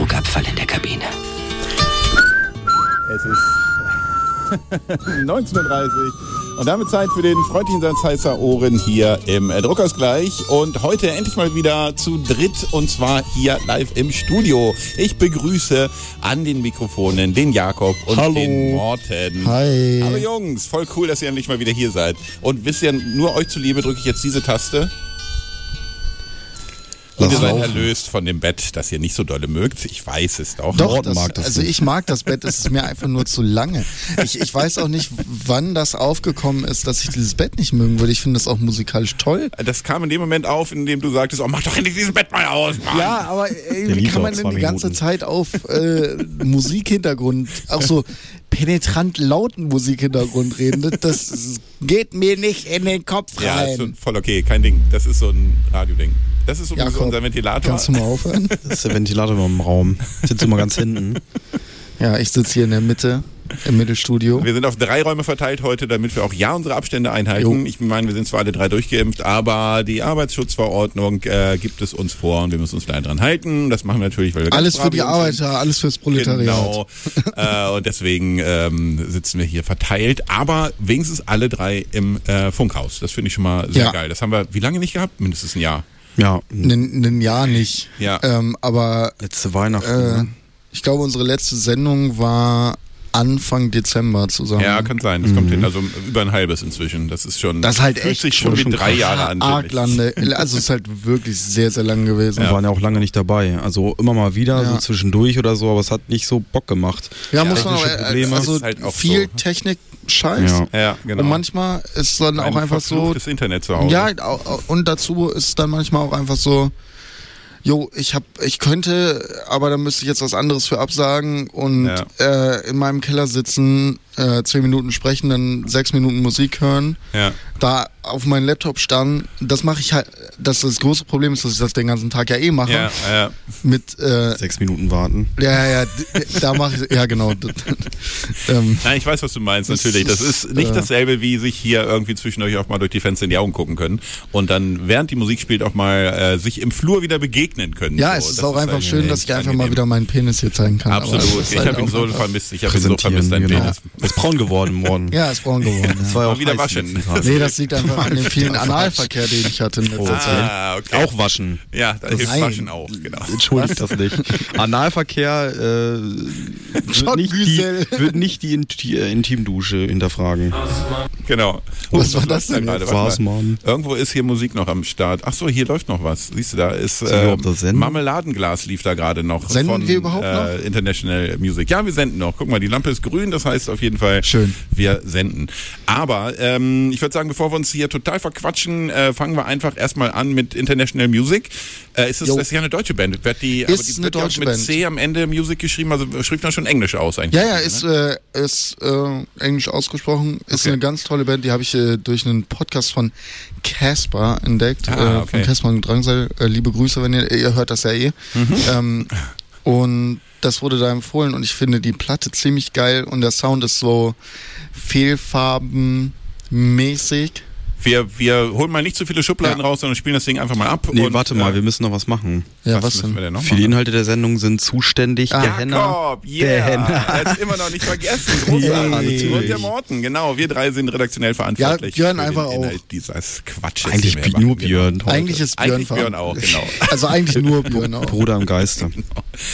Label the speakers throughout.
Speaker 1: 19.30 Uhr. Und damit Zeit für den freundlichen Sanzheizer Ohren hier im äh, Druckausgleich. Und heute endlich mal wieder zu dritt und zwar hier live im Studio. Ich begrüße an den Mikrofonen den Jakob und
Speaker 2: Hallo.
Speaker 1: den Morten.
Speaker 2: Hi.
Speaker 1: Hallo Jungs, voll cool, dass ihr endlich mal wieder hier seid. Und wisst ihr, nur euch zuliebe drücke ich jetzt diese Taste. Und
Speaker 2: Lass
Speaker 1: ihr seid
Speaker 2: laufen.
Speaker 1: erlöst von dem Bett, das ihr nicht so dolle mögt. Ich weiß es doch.
Speaker 2: Morten
Speaker 3: Doch, das,
Speaker 2: mag das
Speaker 3: also
Speaker 2: nicht.
Speaker 3: ich mag das Bett, es ist mir einfach nur zu lange. Ich, ich weiß auch nicht, wann das aufgekommen ist, dass ich dieses Bett nicht mögen würde. Ich finde das auch musikalisch toll.
Speaker 1: Das kam in dem Moment auf, in dem du sagtest, oh, mach doch endlich dieses Bett mal aus, Mann.
Speaker 3: Ja, aber äh,
Speaker 2: Der
Speaker 3: irgendwie
Speaker 2: lief
Speaker 3: kann
Speaker 2: auch
Speaker 3: man denn
Speaker 2: zwei
Speaker 3: die ganze
Speaker 2: Minuten.
Speaker 3: Zeit auf äh, Musikhintergrund, auch so penetrant lauten Musikhintergrund reden? Das- Das geht mir nicht in den Kopf
Speaker 1: Ja, also, ist
Speaker 3: rein.
Speaker 1: schon voll okay, kein Ding. Das ist so ein Radioding. Das ist übrigens
Speaker 3: Jakob,
Speaker 1: also unser Ventilator.
Speaker 3: Kannst du mal aufhören?
Speaker 2: Das ist der Ventilator im Raum. Sitzt immer ganz hinten.
Speaker 3: Ja, ich sitze hier in der Mitte, im Mittelstudio.
Speaker 1: wir sind auf drei Räume verteilt heute, damit wir auch ja unsere Abstände einhalten.
Speaker 3: Jo.
Speaker 1: Ich meine, wir sind zwar alle drei durchgeimpft, aber die Arbeitsschutzverordnung äh, gibt es uns vor und wir müssen uns leider dran halten. Das machen wir natürlich, weil wir ganz
Speaker 3: Alles für
Speaker 1: brave
Speaker 3: die
Speaker 1: Jungs sind.
Speaker 3: Arbeiter, alles fürs Proletariat.
Speaker 1: Genau. äh, und deswegen ähm, sitzen wir hier verteilt, aber wenigstens alle drei im äh, Funkhaus. Das finde ich schon mal sehr
Speaker 3: Ja.
Speaker 1: geil. Das haben wir wie lange nicht gehabt? Mindestens ein Jahr.
Speaker 2: Ja,
Speaker 3: Ein ein Jahr nicht.
Speaker 1: Ja.
Speaker 3: Ähm, aber
Speaker 2: letzte Weihnachten.
Speaker 3: Äh,
Speaker 2: ne?
Speaker 3: ich glaube, unsere letzte Sendung war Anfang Dezember zusammen.
Speaker 1: Ja, kann sein. Das kommt hin. Also über ein halbes inzwischen. Das ist schon.
Speaker 3: Mhm. das ist halt
Speaker 1: fühlt
Speaker 3: echt
Speaker 1: sich schon wie drei Jahre an. finde
Speaker 3: Arg
Speaker 1: ich.
Speaker 3: lange. Also es ist halt wirklich sehr, sehr lang gewesen.
Speaker 2: Wir
Speaker 3: Ja,
Speaker 2: waren ja auch lange nicht dabei. Also immer mal wieder, so
Speaker 3: Ja.
Speaker 2: zwischendurch oder so, aber es hat nicht so Bock gemacht.
Speaker 3: muss man auch,
Speaker 2: technische Probleme.
Speaker 3: also
Speaker 1: Ist halt auch
Speaker 3: viel
Speaker 1: so.
Speaker 3: Technik-Scheiß.
Speaker 2: Ja.
Speaker 1: Ja, genau.
Speaker 3: Und manchmal ist dann
Speaker 1: Ein
Speaker 3: auch einfach so,
Speaker 1: verfluchtes Internet zu Hause.
Speaker 3: Ja, au- au- und dazu ist dann manchmal auch einfach so, jo, ich hab, ich könnte, aber dann müsste ich jetzt was anderes für absagen und
Speaker 1: Ja.
Speaker 3: äh, in meinem Keller sitzen, äh, zehn Minuten sprechen, dann sechs Minuten Musik hören,
Speaker 1: Ja.
Speaker 3: da auf meinen Laptop starren. Das mache ich halt, das, das große Problem ist, dass ich das den ganzen Tag ja eh mache.
Speaker 1: Ja, ja.
Speaker 3: Mit, äh,
Speaker 2: Sechs Minuten warten.
Speaker 3: ja, ja, d- da mache ich, ja genau. d- ähm,
Speaker 1: Nein, ich weiß, was du meinst,
Speaker 3: Das
Speaker 1: natürlich. Das
Speaker 3: ist,
Speaker 1: ist nicht
Speaker 3: äh,
Speaker 1: dasselbe, wie sich hier irgendwie zwischen euch auch mal durch die Fenster in die Augen gucken können und dann, während die Musik spielt, auch mal äh, sich im Flur wieder begegnen können.
Speaker 3: ja,
Speaker 1: So,
Speaker 3: es ist
Speaker 1: das
Speaker 3: auch einfach
Speaker 1: eigentlich
Speaker 3: schön, dass ich einfach mal
Speaker 1: angenehm.
Speaker 3: wieder meinen Penis hier zeigen kann. aber
Speaker 1: Absolut.
Speaker 3: das ist
Speaker 1: Ich
Speaker 3: halt
Speaker 1: habe ihn
Speaker 3: auch
Speaker 1: so
Speaker 3: einfach-
Speaker 1: vermisst. Ich habe ihn so vermisst, dein
Speaker 2: Präsentieren, genau.
Speaker 1: Penis.
Speaker 2: Ist braun geworden morgen.
Speaker 3: Ja, ist braun geworden. ja.
Speaker 2: Es war ja
Speaker 1: Und
Speaker 2: auch
Speaker 1: wieder
Speaker 2: heiß
Speaker 1: waschen.
Speaker 2: die letzten Tage.
Speaker 3: Nee, das liegt einfach an dem vielen Analverkehr, den ich hatte in letzter Zeit.
Speaker 1: Ah, Ah. okay.
Speaker 2: Auch waschen.
Speaker 1: Ja, da hilft
Speaker 3: Nein.
Speaker 1: Waschen auch, genau.
Speaker 2: Entschuldigt das nicht. Analverkehr äh, wird, nicht
Speaker 3: Güzel.
Speaker 2: die, wird nicht die Inti- äh, Intimdusche hinterfragen.
Speaker 1: Genau.
Speaker 3: Was
Speaker 1: Oh,
Speaker 3: war das
Speaker 1: läuft da
Speaker 3: denn
Speaker 1: gerade?
Speaker 2: jetzt?
Speaker 1: Warte
Speaker 2: War's,
Speaker 1: mal.
Speaker 2: Mann.
Speaker 1: Irgendwo ist hier Musik noch am Start. Ach so, hier läuft noch was. Siehst du, da ist
Speaker 2: wir
Speaker 1: äh,
Speaker 2: überhaupt auf Sendung?
Speaker 1: Marmeladenglas lief da gerade noch.
Speaker 3: Senden
Speaker 1: von,
Speaker 3: wir überhaupt
Speaker 1: äh, International Music. Ja, wir senden noch. Guck mal, die Lampe ist grün, das heißt auf jeden Fall,
Speaker 3: Schön.
Speaker 1: wir senden. Aber ähm, ich würde sagen, bevor wir uns hier total verquatschen, äh, fangen wir einfach erstmal an mit International Music. Äh, ist das,
Speaker 3: Jo.
Speaker 1: das ist ja eine deutsche Band. Wird die, aber die
Speaker 3: eine
Speaker 1: wird ja auch
Speaker 3: deutsche
Speaker 1: mit
Speaker 3: Band.
Speaker 1: C am Ende Music geschrieben, also schrieb man schon Englisch aus eigentlich.
Speaker 3: Ja, ja, ist, äh, ist äh, englisch ausgesprochen. Ist
Speaker 1: ne? Okay.
Speaker 3: eine ganz tolle Band, die habe ich äh, durch einen Podcast von Casper entdeckt.
Speaker 1: Ah,
Speaker 3: äh, von
Speaker 1: okay.
Speaker 3: Casper und Drangsal. Äh, liebe Grüße, wenn ihr, ihr hört das ja eh.
Speaker 1: Mhm.
Speaker 3: Ähm, und das wurde da empfohlen und ich finde die Platte ziemlich geil und der Sound ist so Fehlfarbenmäßig.
Speaker 1: Wir, wir holen mal nicht zu viele Schubladen
Speaker 3: Ja.
Speaker 1: raus, sondern spielen das Ding einfach mal ab.
Speaker 2: Nee,
Speaker 1: und,
Speaker 2: warte
Speaker 1: äh,
Speaker 2: mal, wir müssen noch was machen.
Speaker 3: Ja, was,
Speaker 1: was müssen
Speaker 3: denn?
Speaker 1: wir denn noch ne?
Speaker 2: Für die Inhalte der Sendung sind zuständig
Speaker 3: Ah.
Speaker 2: der Henner.
Speaker 1: Jakob, yeah.
Speaker 2: Der Henner.
Speaker 1: Er hat's immer noch nicht vergessen. Großartig.
Speaker 2: natürlich.
Speaker 1: Und der Morten, genau. Wir drei sind redaktionell verantwortlich.
Speaker 3: Ja, Björn
Speaker 1: für den
Speaker 3: einfach auch.
Speaker 1: Inhalt dieses Quatsch.
Speaker 2: Eigentlich genau.
Speaker 1: den wir
Speaker 2: nur
Speaker 1: machen.
Speaker 2: Björn. Heute.
Speaker 3: Eigentlich ist Björn
Speaker 1: Eigentlich Björn auch,
Speaker 3: verantwortlich.
Speaker 1: genau.
Speaker 3: Also eigentlich nur Björn auch.
Speaker 2: Bruder im Geiste. Genau.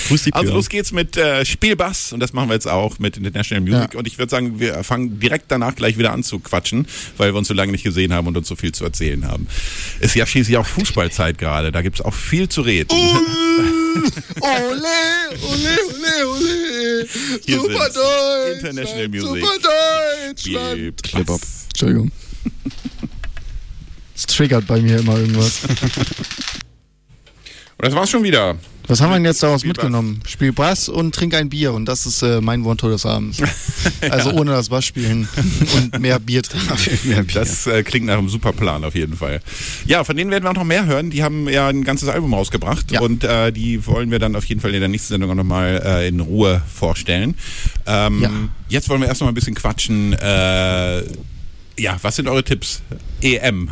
Speaker 2: Grüß dich,
Speaker 1: Also
Speaker 2: Björn.
Speaker 1: los geht's mit äh, Spielbass und das machen wir jetzt auch mit International Music.
Speaker 3: Ja.
Speaker 1: Und ich würde sagen, wir fangen direkt danach gleich wieder an zu quatschen, weil wir uns so lange nicht gesehen haben und uns so viel zu erzählen haben. Ist ja schließlich auch Fußballzeit gerade, da gibt's auch viel zu reden.
Speaker 3: Ole, ole, ole, ole.
Speaker 1: Hier
Speaker 3: Super
Speaker 1: sind's.
Speaker 3: Deutsch.
Speaker 1: International Music.
Speaker 3: Super Deutschland.
Speaker 1: Spielbass.
Speaker 2: Clip up.
Speaker 3: Entschuldigung. Es triggert bei mir immer irgendwas.
Speaker 1: Und das war's schon wieder.
Speaker 3: Was haben wir denn jetzt daraus
Speaker 1: Spiel Bass.
Speaker 3: mitgenommen? Spiel Bass und trink ein Bier. Und das ist äh, mein One-Tour des Abends. Also ohne das Bass spielen und mehr Bier trinken.
Speaker 2: Mehr Bier.
Speaker 1: Das äh, klingt nach einem super Plan auf jeden Fall. Ja, von denen werden wir auch noch mehr hören. Die haben ja ein ganzes Album rausgebracht
Speaker 3: Ja.
Speaker 1: und äh, die wollen wir dann auf jeden Fall in der nächsten Sendung auch nochmal äh, in Ruhe vorstellen. Ähm,
Speaker 3: Ja.
Speaker 1: Jetzt wollen wir erst noch mal ein bisschen quatschen. Äh, ja, was sind eure Tipps? E EM.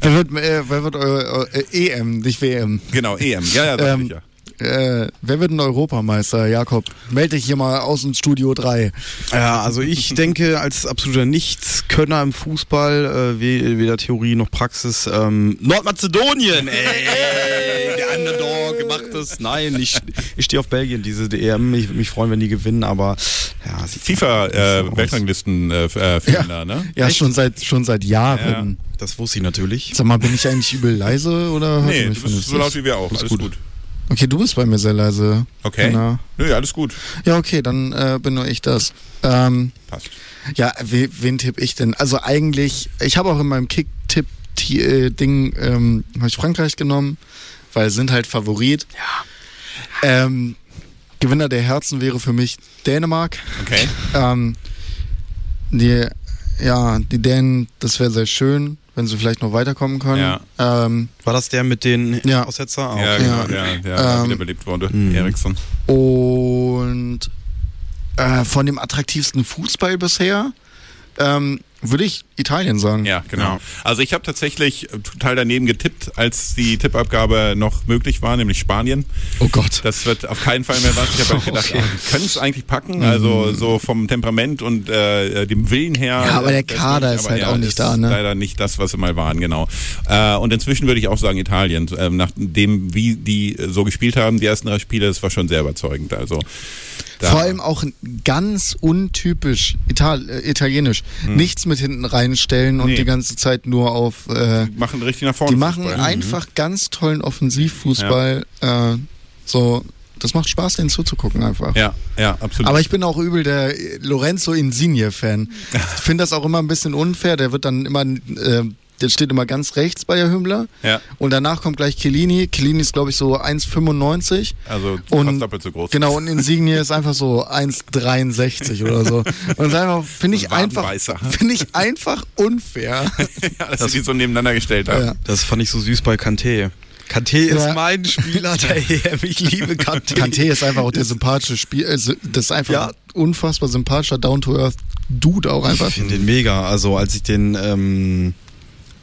Speaker 3: Wer wird, äh, wer wird eure, eure äh, EM, nicht WM?
Speaker 1: genau, EM. Ja, ja,
Speaker 3: Ähm,
Speaker 1: sicher.
Speaker 3: Äh, wer wird ein Europameister, Jakob? Melde dich hier mal aus dem Studio 3.
Speaker 2: Ja, also ich denke, als absoluter Nichtskönner im Fußball, äh, we- weder Theorie noch Praxis, ähm, Nordmazedonien, ey, ey, der Underdog macht es. Nein, ich, ich stehe auf Belgien, diese EM. Ich würde mich freuen, wenn die gewinnen, aber ja, sieht-
Speaker 1: FIFA-Weltranglisten äh, f- äh,
Speaker 3: Ja,
Speaker 1: Finder, ne?
Speaker 3: ja schon, veit, schon seit Jahren.
Speaker 2: das wusste ich natürlich.
Speaker 3: Sag mal, bin ich eigentlich übel leise oder? hört
Speaker 1: Nee,
Speaker 3: man
Speaker 1: du bist
Speaker 3: mich
Speaker 1: so
Speaker 3: vernünftig?
Speaker 1: laut wie wir auch.
Speaker 2: Ist
Speaker 1: Alles gut.
Speaker 2: gut.
Speaker 3: Okay, du bist bei mir sehr leise.
Speaker 1: Okay.
Speaker 3: Genau.
Speaker 1: Nö, alles gut.
Speaker 3: Ja, okay, dann äh, bin nur ich das. Ähm,
Speaker 1: Passt.
Speaker 3: ja, we, wen tippe ich denn? Also eigentlich, ich habe auch in meinem Kick-Tipp-Ding ähm, habe ich Frankreich genommen, weil sind halt Favorit. Ja. Ähm, Gewinner der Herzen wäre für mich Dänemark.
Speaker 1: Okay.
Speaker 3: Ähm, die, ja, die Dänen, das wäre sehr schön, wenn sie vielleicht noch weiterkommen können. Ja. Ähm,
Speaker 2: War das der mit den
Speaker 3: Ja.
Speaker 2: Aussetzer? Ah,
Speaker 1: Ja,
Speaker 2: okay.
Speaker 1: genau,
Speaker 3: Ja.
Speaker 1: der, der
Speaker 3: Ähm,
Speaker 1: wiederbelebt wurde. Eriksson.
Speaker 3: Und äh, von dem attraktivsten Fußball bisher ähm, würde ich Italien sagen.
Speaker 1: Ja, genau. Also ich habe tatsächlich total daneben getippt, als die Tippabgabe noch möglich war, nämlich Spanien.
Speaker 3: Oh Gott.
Speaker 1: Das wird auf keinen Fall mehr was. Ich habe gedacht,
Speaker 3: Okay. Mhm.
Speaker 1: ah, können es eigentlich packen, also so vom Temperament und äh, dem Willen her. äh,
Speaker 3: Ja, aber der
Speaker 1: bestmöglich,
Speaker 3: Kader ist halt auch nicht
Speaker 1: ist
Speaker 3: da, ne?
Speaker 1: Leider nicht das, was sie mal waren, genau. Äh, und inzwischen würde ich auch sagen Italien. Ähm, nach dem, wie die äh, so gespielt haben, die ersten drei Spiele, das war schon sehr überzeugend. Also da-
Speaker 3: Vor allem auch ganz untypisch Ital äh, italienisch. Nichts mit hinten reinstellen und
Speaker 1: Hm. Nee.
Speaker 3: die ganze Zeit nur auf. Äh,
Speaker 1: machen richtig nach vorne.
Speaker 3: die machen
Speaker 1: Fußball.
Speaker 3: einfach ganz tollen Offensivfußball. Äh, so, das macht Spaß, denen zuzugucken einfach.
Speaker 1: Ja, ja, absolut.
Speaker 3: Aber ich bin auch übel der äh, Lorenzo Insigne-Fan. Ich finde das auch immer ein bisschen unfair. Der wird dann immer, äh, der steht immer ganz rechts bei der Hümmler.
Speaker 1: Ja.
Speaker 3: Und danach kommt gleich Chiellini. Chiellini ist, glaube ich, so 1,95.
Speaker 1: also fast
Speaker 3: Und
Speaker 1: doppelt so groß.
Speaker 3: Genau, und Insigne ist einfach so 1,63 oder so. Und das einfach- finde ich,
Speaker 1: So ein
Speaker 3: einfach,
Speaker 1: Wadenbeißer.
Speaker 3: finde ich einfach unfair.
Speaker 1: ja, dass sie die so nebeneinander gestellt haben.
Speaker 3: Ja.
Speaker 2: Das fand ich so süß bei Kanté. Kanté
Speaker 3: Ja.
Speaker 2: ist mein Spieler der EM. Ich liebe Kanté.
Speaker 3: Kanté ist einfach auch der sympathische Spiel, äh, das ist einfach
Speaker 2: Ja.
Speaker 3: ein unfassbar sympathischer Down-to-Earth-Dude auch einfach.
Speaker 2: Ich finde den mega. Also als ich den ähm,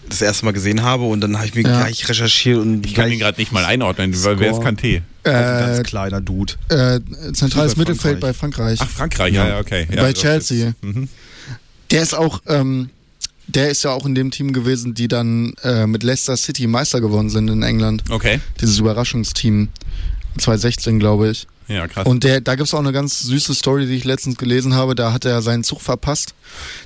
Speaker 2: das erste Mal gesehen habe und dann habe ich mir
Speaker 3: Ja.
Speaker 2: gleich recherchiert und
Speaker 1: Ich kann ihn gerade nicht mal einordnen, weil wer ist
Speaker 2: Score.
Speaker 1: Kanté?
Speaker 2: ganz
Speaker 3: Äh,
Speaker 2: kleiner Dude.
Speaker 3: äh, zentrales
Speaker 2: Frankreich.
Speaker 3: Mittelfeld bei Frankreich.
Speaker 1: Ach, Frankreich, ja, ja okay. Ja,
Speaker 3: bei
Speaker 1: doch,
Speaker 3: Chelsea.
Speaker 1: mhm.
Speaker 3: Der ist auch, ähm, der ist ja auch in dem Team gewesen, die dann äh, mit Leicester City Meister geworden sind in England.
Speaker 1: das- Okay,
Speaker 3: Dieses Überraschungsteam. 2016, glaube ich.
Speaker 1: ja, krass.
Speaker 3: Und der, da gibt es auch eine ganz süße Story, die ich letztens gelesen habe. Da hat er seinen Zug verpasst.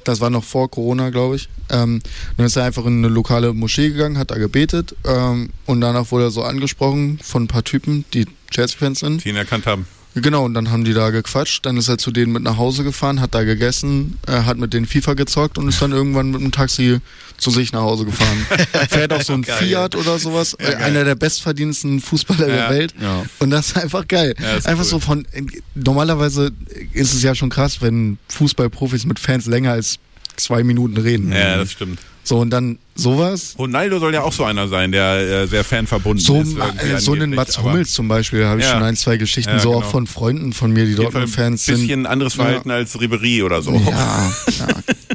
Speaker 3: Das war noch vor Corona, glaube ich. Ähm, dann ist er einfach in eine lokale Moschee gegangen, hat da gebetet. Ähm, und danach wurde er so angesprochen von ein paar Typen, die Chelsea-Fans sind.
Speaker 1: die ihn erkannt haben.
Speaker 3: Genau, und dann haben die da gequatscht, dann ist er zu denen mit nach Hause gefahren, hat da gegessen, äh, hat mit denen FIFA gezockt und ist dann irgendwann mit dem Taxi zu sich nach Hause gefahren. Fährt auch so ein
Speaker 1: Geil.
Speaker 3: Fiat oder sowas, äh, einer der bestverdiensten Fußballer
Speaker 1: Ja,
Speaker 3: der Welt.
Speaker 2: ja.
Speaker 3: Und das ist einfach geil.
Speaker 1: Ja, ist
Speaker 3: einfach
Speaker 1: cool.
Speaker 3: so von, äh, normalerweise ist es ja schon krass, wenn Fußballprofis mit Fans länger als zwei Minuten reden.
Speaker 1: Ja, das stimmt.
Speaker 3: So, und dann sowas.
Speaker 1: Ronaldo soll ja auch so einer sein, der äh, sehr fanverbunden
Speaker 3: So,
Speaker 1: ist. irgendwie
Speaker 3: äh, so einen
Speaker 1: angeblich,
Speaker 3: Mats
Speaker 1: aber
Speaker 3: Hummels zum Beispiel habe ich
Speaker 1: Ja.
Speaker 3: schon ein, zwei Geschichten,
Speaker 1: Ja,
Speaker 3: so
Speaker 1: genau.
Speaker 3: auch von Freunden von mir, die
Speaker 1: auf jeden Fall Ein
Speaker 3: Dortmund-Fans sind.
Speaker 1: bisschen anderes Verhalten als Ribery oder so.
Speaker 3: Ja,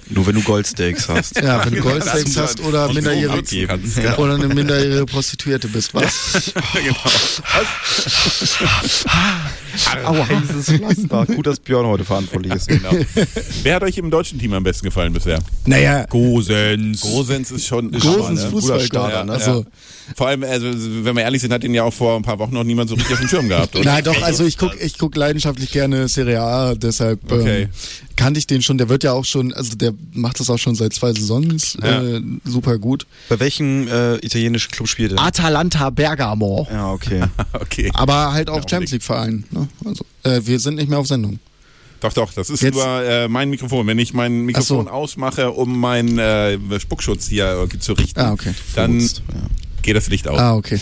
Speaker 2: Nur wenn du Goldsteaks hast.
Speaker 3: ja, wenn du Goldsex
Speaker 1: Oh. Ja, genau.
Speaker 3: hast oder
Speaker 1: die
Speaker 3: minderjährige
Speaker 1: Drogen abgeben.
Speaker 3: Ja. oder eine minderjährige Prostituierte bist, was?
Speaker 2: Aua. Dieses Pflaster. Gut, dass Björn heute verantwortlich ist.
Speaker 1: Genau. Wer hat euch im deutschen Team am besten gefallen bisher?
Speaker 3: Naja,
Speaker 1: Gosens. Gosens ist schon ist schon,
Speaker 3: Gosens
Speaker 1: ne?
Speaker 3: Fußballgott,
Speaker 1: Starter, ne?
Speaker 3: also-
Speaker 1: ja. Vor allem, also, wenn wir ehrlich sind, hat ihn ja auch vor ein paar Wochen noch niemand so richtig auf dem Schirm gehabt. oder?
Speaker 3: na doch, also ich guck, ich guck leidenschaftlich gerne Serie A, deshalb
Speaker 1: Okay.
Speaker 3: ähm, kannte ich den schon. Der wird ja auch schon, also der macht das auch schon seit zwei Saisons
Speaker 1: Ja.
Speaker 3: äh, super gut.
Speaker 2: Bei welchem äh, italienischen Club spielt er?
Speaker 3: Atalanta Bergamo.
Speaker 2: Ja, okay.
Speaker 1: Okay.
Speaker 3: Aber halt auch
Speaker 1: Ja,
Speaker 3: Champions League Verein. Ne? Also, äh, wir sind nicht mehr auf Sendung.
Speaker 1: Doch, doch, das ist
Speaker 3: Jetzt-
Speaker 1: über äh, mein Mikrofon. Wenn ich mein Mikrofon
Speaker 3: Ach so.
Speaker 1: ausmache, um meinen äh, Spuckschutz hier äh, zu richten,
Speaker 3: Ah, okay.
Speaker 1: dann
Speaker 2: Furzt, ja.
Speaker 1: geht das Licht aus.
Speaker 3: Ah, okay.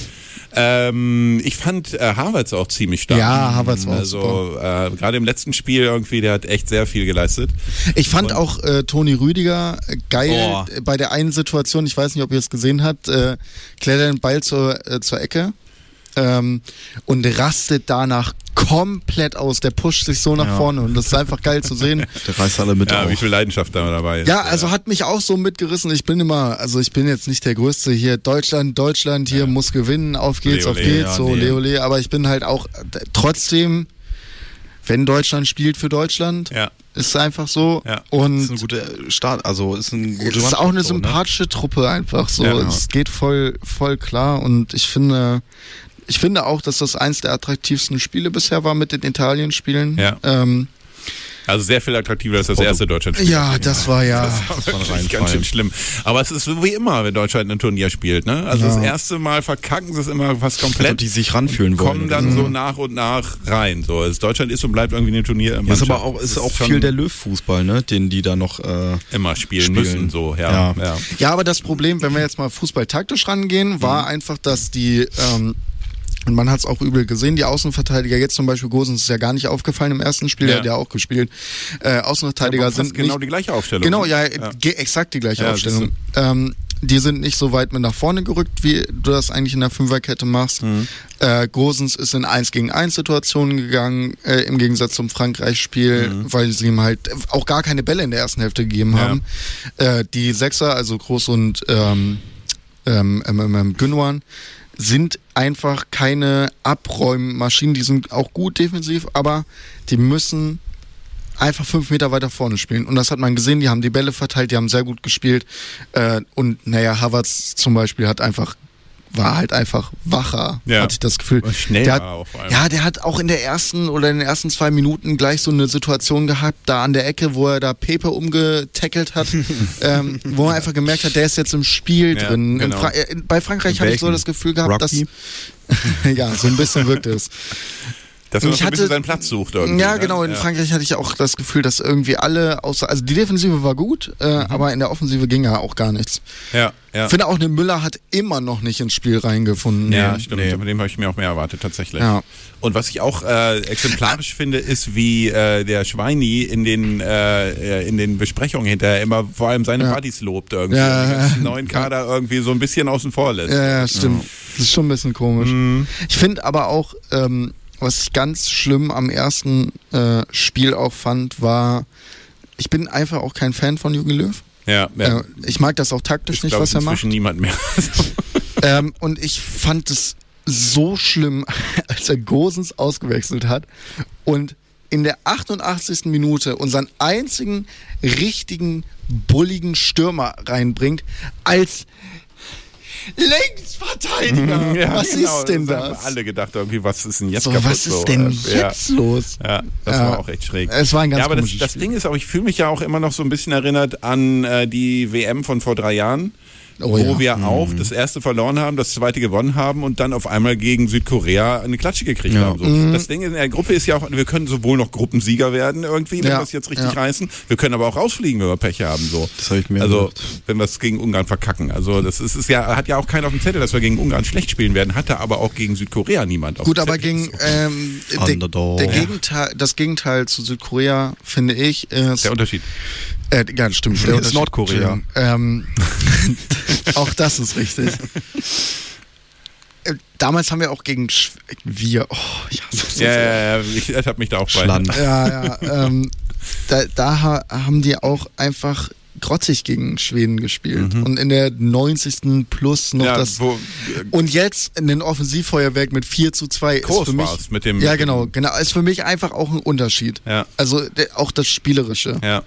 Speaker 1: Ähm, ich fand äh, Harvards auch ziemlich stark.
Speaker 3: Ja, Havertz war auch
Speaker 1: Also äh, gerade im letzten Spiel irgendwie, der hat echt sehr viel geleistet.
Speaker 3: Ich fand auch äh, Toni Rüdiger äh, geil
Speaker 2: Oh.
Speaker 3: äh, bei der einen Situation, ich weiß nicht, ob ihr es gesehen habt, äh, klärt er den Ball zur, äh, zur Ecke. ähm, und rastet danach komplett aus. Der pusht sich so nach
Speaker 2: Ja.
Speaker 3: vorne und das ist einfach geil zu sehen.
Speaker 2: Der reißt alle mit
Speaker 1: Ja, wie
Speaker 2: auf.
Speaker 1: viel Leidenschaft da dabei ist.
Speaker 3: Ja, also hat mich auch so mitgerissen. Ich bin immer, also ich bin jetzt nicht der Größte hier. Deutschland, Deutschland hier muss gewinnen. Auf geht's,
Speaker 1: Ole,
Speaker 3: auf
Speaker 1: ole,
Speaker 3: geht's,
Speaker 2: ja,
Speaker 3: so
Speaker 2: nee.
Speaker 3: ole, ole. Aber ich bin halt auch äh, trotzdem, wenn Deutschland spielt für Deutschland,
Speaker 1: Ja.
Speaker 3: ist einfach so.
Speaker 1: Ja.
Speaker 2: Das ist ein
Speaker 3: Und
Speaker 2: guter Start, also ist ein
Speaker 3: es
Speaker 2: guter
Speaker 3: ist auch eine
Speaker 2: so, ne?
Speaker 3: sympathische Truppe einfach so.
Speaker 1: Ja.
Speaker 3: Es geht voll, voll klar. Und ich finde, ich finde auch, dass das eins der attraktivsten Spiele bisher war mit den Italien-Spielen.
Speaker 1: Ja.
Speaker 3: Ähm,
Speaker 1: Also sehr viel attraktiver als
Speaker 3: Oh,
Speaker 1: das erste Deutschlandspiel.
Speaker 3: ja, das war ja.
Speaker 1: Das
Speaker 2: war ein
Speaker 1: wirklich
Speaker 2: Reinfall.
Speaker 1: ganz schön schlimm. Aber es ist so wie immer, wenn Deutschland ein Turnier spielt. Ne? Also
Speaker 3: Ja.
Speaker 1: das erste Mal verkacken sie es immer fast
Speaker 2: Ob
Speaker 1: komplett.
Speaker 2: die sich ranfühlen wollen. Mhm.
Speaker 1: kommen
Speaker 2: oder
Speaker 1: dann so nach und nach rein. So, also Deutschland ist und bleibt irgendwie ein Turnier im
Speaker 2: Ja, ist aber auch, ist auch viel der Löw-Fußball, ne? Den die da noch. Äh,
Speaker 1: immer spielen,
Speaker 2: Spielen.
Speaker 1: müssen. So, ja.
Speaker 2: Ja.
Speaker 1: ja.
Speaker 3: Ja, aber das Problem, wenn wir jetzt mal Fußball taktisch rangehen, war
Speaker 1: Mhm.
Speaker 3: einfach, dass die, ähm, und man hat es auch übel gesehen, die Außenverteidiger, jetzt zum Beispiel Gosens ist ja gar nicht aufgefallen im ersten Spiel,
Speaker 1: Ja.
Speaker 3: der hat ja auch gespielt. Äh, Außenverteidiger
Speaker 1: Aber fast
Speaker 3: sind
Speaker 1: genau
Speaker 3: nicht,
Speaker 1: die gleiche Aufstellung.
Speaker 3: Genau,
Speaker 1: ne?
Speaker 3: ja, ge- exakt die gleiche
Speaker 1: Ja,
Speaker 3: Aufstellung. Ähm, die sind nicht so weit mit nach vorne gerückt, wie du das eigentlich in der Fünferkette machst. Äh, Gosens ist in 1 gegen 1 Situationen gegangen, äh, im Gegensatz zum Frankreich-Spiel, weil sie ihm halt auch gar keine Bälle in der ersten Hälfte gegeben
Speaker 1: Ja.
Speaker 3: haben. Äh, die Sechser, also Groß und ähm, ähm, ähm, ähm, ähm, Gündogan, sind einfach keine Abräummaschinen. Die sind auch gut defensiv, aber die müssen einfach fünf Meter weiter vorne spielen. Und das hat man gesehen, die haben die Bälle verteilt, die haben sehr gut gespielt. Äh, und naja, Havertz zum Beispiel hat einfach, war halt einfach wacher,
Speaker 1: Ja.
Speaker 3: hatte ich das Gefühl.
Speaker 1: Schnell
Speaker 3: der
Speaker 1: war
Speaker 3: hat,
Speaker 1: er auch vor allem.
Speaker 3: ja, der hat auch in der ersten oder in den ersten zwei Minuten gleich so eine Situation gehabt, da an der Ecke, wo er da Pepe umgetackelt hat, ähm, wo man einfach gemerkt hat, der ist jetzt im Spiel
Speaker 1: Ja,
Speaker 3: drin. In
Speaker 1: genau.
Speaker 3: Fra äh, in- bei Frankreich habe ich so
Speaker 2: welchem?
Speaker 3: das Gefühl gehabt,
Speaker 2: Rugby?
Speaker 3: dass. ja, so ein bisschen wirkt es.
Speaker 1: Dass man
Speaker 3: ich
Speaker 1: so ein
Speaker 3: hatte-
Speaker 1: bisschen seinen Platz sucht. irgendwie,
Speaker 3: Ja,
Speaker 1: ne?
Speaker 3: genau. In
Speaker 1: Ja.
Speaker 3: Frankreich hatte ich auch das Gefühl, dass irgendwie alle, außer, also die Defensive war gut, äh, aber in der Offensive ging ja auch gar nichts.
Speaker 1: Ja, Mhm. ja.
Speaker 3: Ich finde auch, eine Müller hat immer noch nicht ins Spiel reingefunden.
Speaker 1: Ja,
Speaker 2: Nee,
Speaker 1: stimmt.
Speaker 2: nee.
Speaker 1: Von dem habe ich mir auch mehr erwartet, tatsächlich.
Speaker 3: Ja.
Speaker 1: Und was ich auch äh, exemplarisch finde, ist, wie äh, der Schweini in den, äh, äh, in den Besprechungen hinterher immer vor allem seine Buddies lobt irgendwie.
Speaker 3: Ja,
Speaker 1: und den
Speaker 3: ja,
Speaker 1: ganzen neuen Kader irgendwie so ein bisschen außen vor lässt.
Speaker 3: Ja, ja, stimmt. Das ist schon ein bisschen komisch.
Speaker 1: Mhm.
Speaker 3: Ich finde aber auch, ähm, was ich ganz schlimm am ersten äh, Spiel auch fand, war, ich bin einfach auch kein Fan von Jürgen Löw.
Speaker 1: Ja, ja.
Speaker 3: Äh, ich mag das auch taktisch nicht,
Speaker 1: glaub
Speaker 3: was er macht.
Speaker 1: inzwischen niemand mehr.
Speaker 3: Ähm, und ich fand es so schlimm, als er Gosens ausgewechselt hat und in der 88. Minute unseren einzigen richtigen bulligen Stürmer reinbringt als Linksverteidiger.
Speaker 1: Ja,
Speaker 3: was
Speaker 1: genau,
Speaker 3: ist denn
Speaker 1: haben
Speaker 3: das?
Speaker 1: Alle gedacht irgendwie, was ist denn jetzt
Speaker 3: So,
Speaker 1: kaputt?
Speaker 3: was ist denn
Speaker 1: so, äh,
Speaker 3: jetzt los?
Speaker 1: Ja, ja das war
Speaker 3: Ja.
Speaker 1: auch echt schräg.
Speaker 3: Es war ein ganz
Speaker 1: ja, aber das,
Speaker 3: komisches
Speaker 1: das
Speaker 3: Spiel.
Speaker 1: Ding ist auch, ich fühle mich ja auch immer noch so ein bisschen erinnert an äh, die WM von vor drei Jahren,
Speaker 3: Oh
Speaker 1: wo
Speaker 3: ja.
Speaker 1: wir auch
Speaker 2: Mhm.
Speaker 1: das erste verloren haben, das zweite gewonnen haben und dann auf einmal gegen Südkorea eine Klatsche gekriegt
Speaker 2: Ja.
Speaker 1: haben. So.
Speaker 3: Mhm.
Speaker 1: Das Ding in der Gruppe ist ja auch, wir können sowohl noch Gruppensieger werden irgendwie, wenn
Speaker 3: Ja,
Speaker 1: wir es jetzt richtig
Speaker 3: ja.
Speaker 1: reißen. Wir können aber auch rausfliegen, wenn wir Pech haben. So.
Speaker 2: Das hab ich mir
Speaker 1: Also,
Speaker 2: gedacht.
Speaker 1: wenn wir es gegen Ungarn verkacken. Also, das ist, ist ja, hat ja auch keiner auf dem Zettel, dass wir gegen Ungarn schlecht spielen werden, hatte aber auch gegen Südkorea niemand auf
Speaker 3: Gut,
Speaker 1: dem
Speaker 3: aber
Speaker 1: Zettel.
Speaker 3: gegen ähm, der,
Speaker 2: Underdog.
Speaker 3: der
Speaker 2: Ja.
Speaker 3: Gegenteil, das Gegenteil zu Südkorea, finde ich, ist
Speaker 1: der Unterschied.
Speaker 3: Äh, ja, stimmt. Der
Speaker 2: Jetzt
Speaker 3: Unterschied-
Speaker 2: Nordkorea.
Speaker 3: Entschuldigung. Ähm, auch das ist richtig. Äh, Damals haben wir auch gegen Sch wir. Oh, ich hasse es.
Speaker 1: Ja, ja, ja, ich ertappe mich da auch bei.
Speaker 2: Schland.
Speaker 3: ja, ja. Ähm, da da ha haben die auch einfach grottig gegen Schweden gespielt. Und in der 90. plus noch
Speaker 1: Mhm. Ja,
Speaker 3: das.
Speaker 1: wo,
Speaker 3: Und jetzt ein Offensivfeuerwerk mit 4 zu 2
Speaker 1: Groß
Speaker 3: ist für mich.
Speaker 1: war's mit dem-
Speaker 3: ja, genau, genau. Ist für mich einfach auch ein Unterschied.
Speaker 1: Ja.
Speaker 3: Also der, auch das Spielerische.
Speaker 1: ja.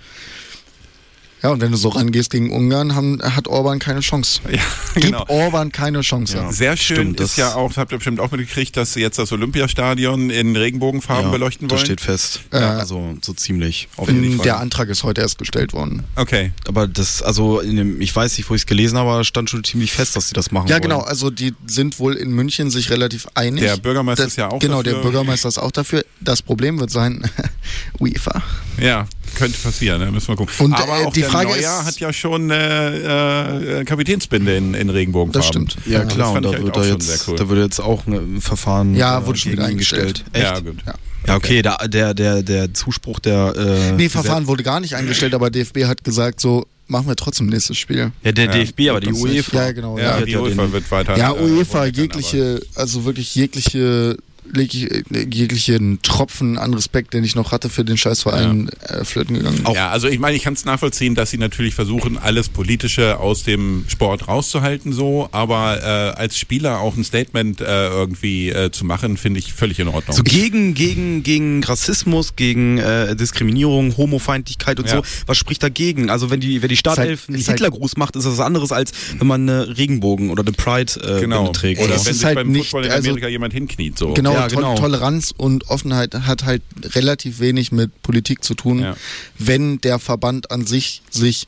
Speaker 3: Ja, und wenn du so rangehst gegen Ungarn, haben, hat Orban keine Chance.
Speaker 1: Ja,
Speaker 3: Gib
Speaker 1: genau.
Speaker 3: Orban keine Chance.
Speaker 2: Ja.
Speaker 1: Sehr schön
Speaker 2: Stimmt,
Speaker 1: ist
Speaker 2: das-
Speaker 1: ja auch, habt ihr bestimmt auch mitgekriegt, dass sie jetzt das Olympiastadion in Regenbogenfarben beleuchten wollen.
Speaker 2: Das steht fest. ja, also so ziemlich. Auf jeden
Speaker 3: Ähm,
Speaker 2: Fall.
Speaker 3: Äh, Der Antrag ist heute erst gestellt worden.
Speaker 1: Okay.
Speaker 2: aber das, also in dem, ich weiß nicht, wo ich es gelesen habe, aber stand schon ziemlich fest, dass sie das machen
Speaker 3: Ja,
Speaker 2: wollen.
Speaker 3: genau. Also die sind wohl in München sich relativ einig.
Speaker 1: Der Bürgermeister ist ja auch
Speaker 3: Genau,
Speaker 1: dafür.
Speaker 3: der Bürgermeister ist auch dafür. Das Problem wird sein, UEFA.
Speaker 1: Ja, könnte passieren, ne? müssen wir gucken.
Speaker 3: Und,
Speaker 1: Aber
Speaker 3: äh,
Speaker 1: auch
Speaker 3: die
Speaker 1: der
Speaker 3: Frage
Speaker 1: Neuer
Speaker 3: ist-
Speaker 1: hat ja schon äh, äh, Kapitänsbinde in, in Regenbogenfarben.
Speaker 3: Das stimmt.
Speaker 2: Ja,
Speaker 3: Ja,
Speaker 1: das
Speaker 2: klar,
Speaker 1: fand
Speaker 2: und da
Speaker 1: ich halt
Speaker 2: wird
Speaker 1: auch
Speaker 2: da
Speaker 1: schon sehr
Speaker 2: jetzt,
Speaker 1: cool.
Speaker 2: da würde jetzt auch ein äh, Verfahren.
Speaker 3: Ja, wurde schon
Speaker 2: gegen
Speaker 3: wieder
Speaker 2: ihn
Speaker 3: eingestellt.
Speaker 2: Echt?
Speaker 1: Ja, gut.
Speaker 3: Ja.
Speaker 2: Ja, okay, da, der, der, der Zuspruch der. Äh,
Speaker 3: Nee, Verfahren wurde gar nicht eingestellt, aber DFB hat gesagt, so machen wir trotzdem nächstes Spiel.
Speaker 2: Ja, der DFB, aber die
Speaker 3: Das nicht.
Speaker 2: UEFA.
Speaker 3: Ja, genau.
Speaker 1: Ja,
Speaker 3: Ja,
Speaker 1: die
Speaker 2: ja den-
Speaker 1: UEFA wird weiter.
Speaker 3: ja
Speaker 1: äh,
Speaker 3: UEFA,
Speaker 1: wollen dann aber-
Speaker 3: jegliche, also wirklich jegliche jeg- jeglichen Tropfen an Respekt, den ich noch hatte für den Scheißverein, äh, flöten gegangen.
Speaker 1: Ja, also ich meine, ich kann es nachvollziehen, dass sie natürlich versuchen, alles Politische aus dem Sport rauszuhalten, so, aber äh, als Spieler auch ein Statement äh, irgendwie äh, zu machen, finde ich völlig in Ordnung.
Speaker 2: So gegen, gegen, gegen Rassismus, gegen äh, Diskriminierung, Homofeindlichkeit und
Speaker 1: Ja.
Speaker 2: so. Was spricht dagegen? Also wenn die, wenn die Startelf
Speaker 3: Ist halt-
Speaker 2: einen
Speaker 3: ist halt-
Speaker 2: Hitler groß macht, ist das was anderes, als wenn man eine Regenbogen oder eine Pride äh, Binde trägt.
Speaker 1: Genau. Oder
Speaker 3: Es
Speaker 1: wenn
Speaker 3: ist
Speaker 1: sich
Speaker 3: halt
Speaker 1: beim
Speaker 3: nicht-
Speaker 1: Fußball in
Speaker 3: also-
Speaker 1: Amerika jemand hinkniet, so.
Speaker 3: Genau,
Speaker 2: Ja,
Speaker 3: Tol
Speaker 2: genau.
Speaker 3: Toleranz und Offenheit hat halt relativ wenig mit Politik zu tun,
Speaker 1: Ja.
Speaker 3: wenn der Verband an sich sich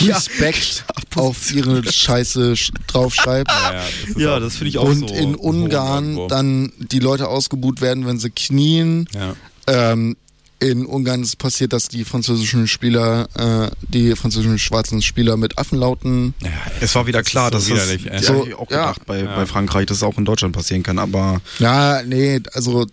Speaker 2: Ja.
Speaker 3: Respekt auf ihre Scheiße sch- draufschreibt.
Speaker 1: Ja, das ist
Speaker 2: Ja,
Speaker 1: auch-
Speaker 2: das finde ich auch
Speaker 3: Und
Speaker 2: so.
Speaker 3: in Ungarn
Speaker 1: irgendwo.
Speaker 3: dann die Leute ausgebuht werden, wenn sie knien.
Speaker 1: Ja.
Speaker 3: Ähm, in Ungarn ist passiert, dass die französischen Spieler, äh, die französischen schwarzen Spieler mit Affenlauten.
Speaker 2: es war wieder klar,
Speaker 1: Das
Speaker 2: dass
Speaker 1: ist so
Speaker 2: das
Speaker 1: widerlich, ey.
Speaker 2: das
Speaker 3: So,
Speaker 2: hab ich auch
Speaker 3: ja.
Speaker 2: gedacht bei, bei Frankreich, dass es auch in Deutschland passieren kann, aber
Speaker 3: Ja, nee, also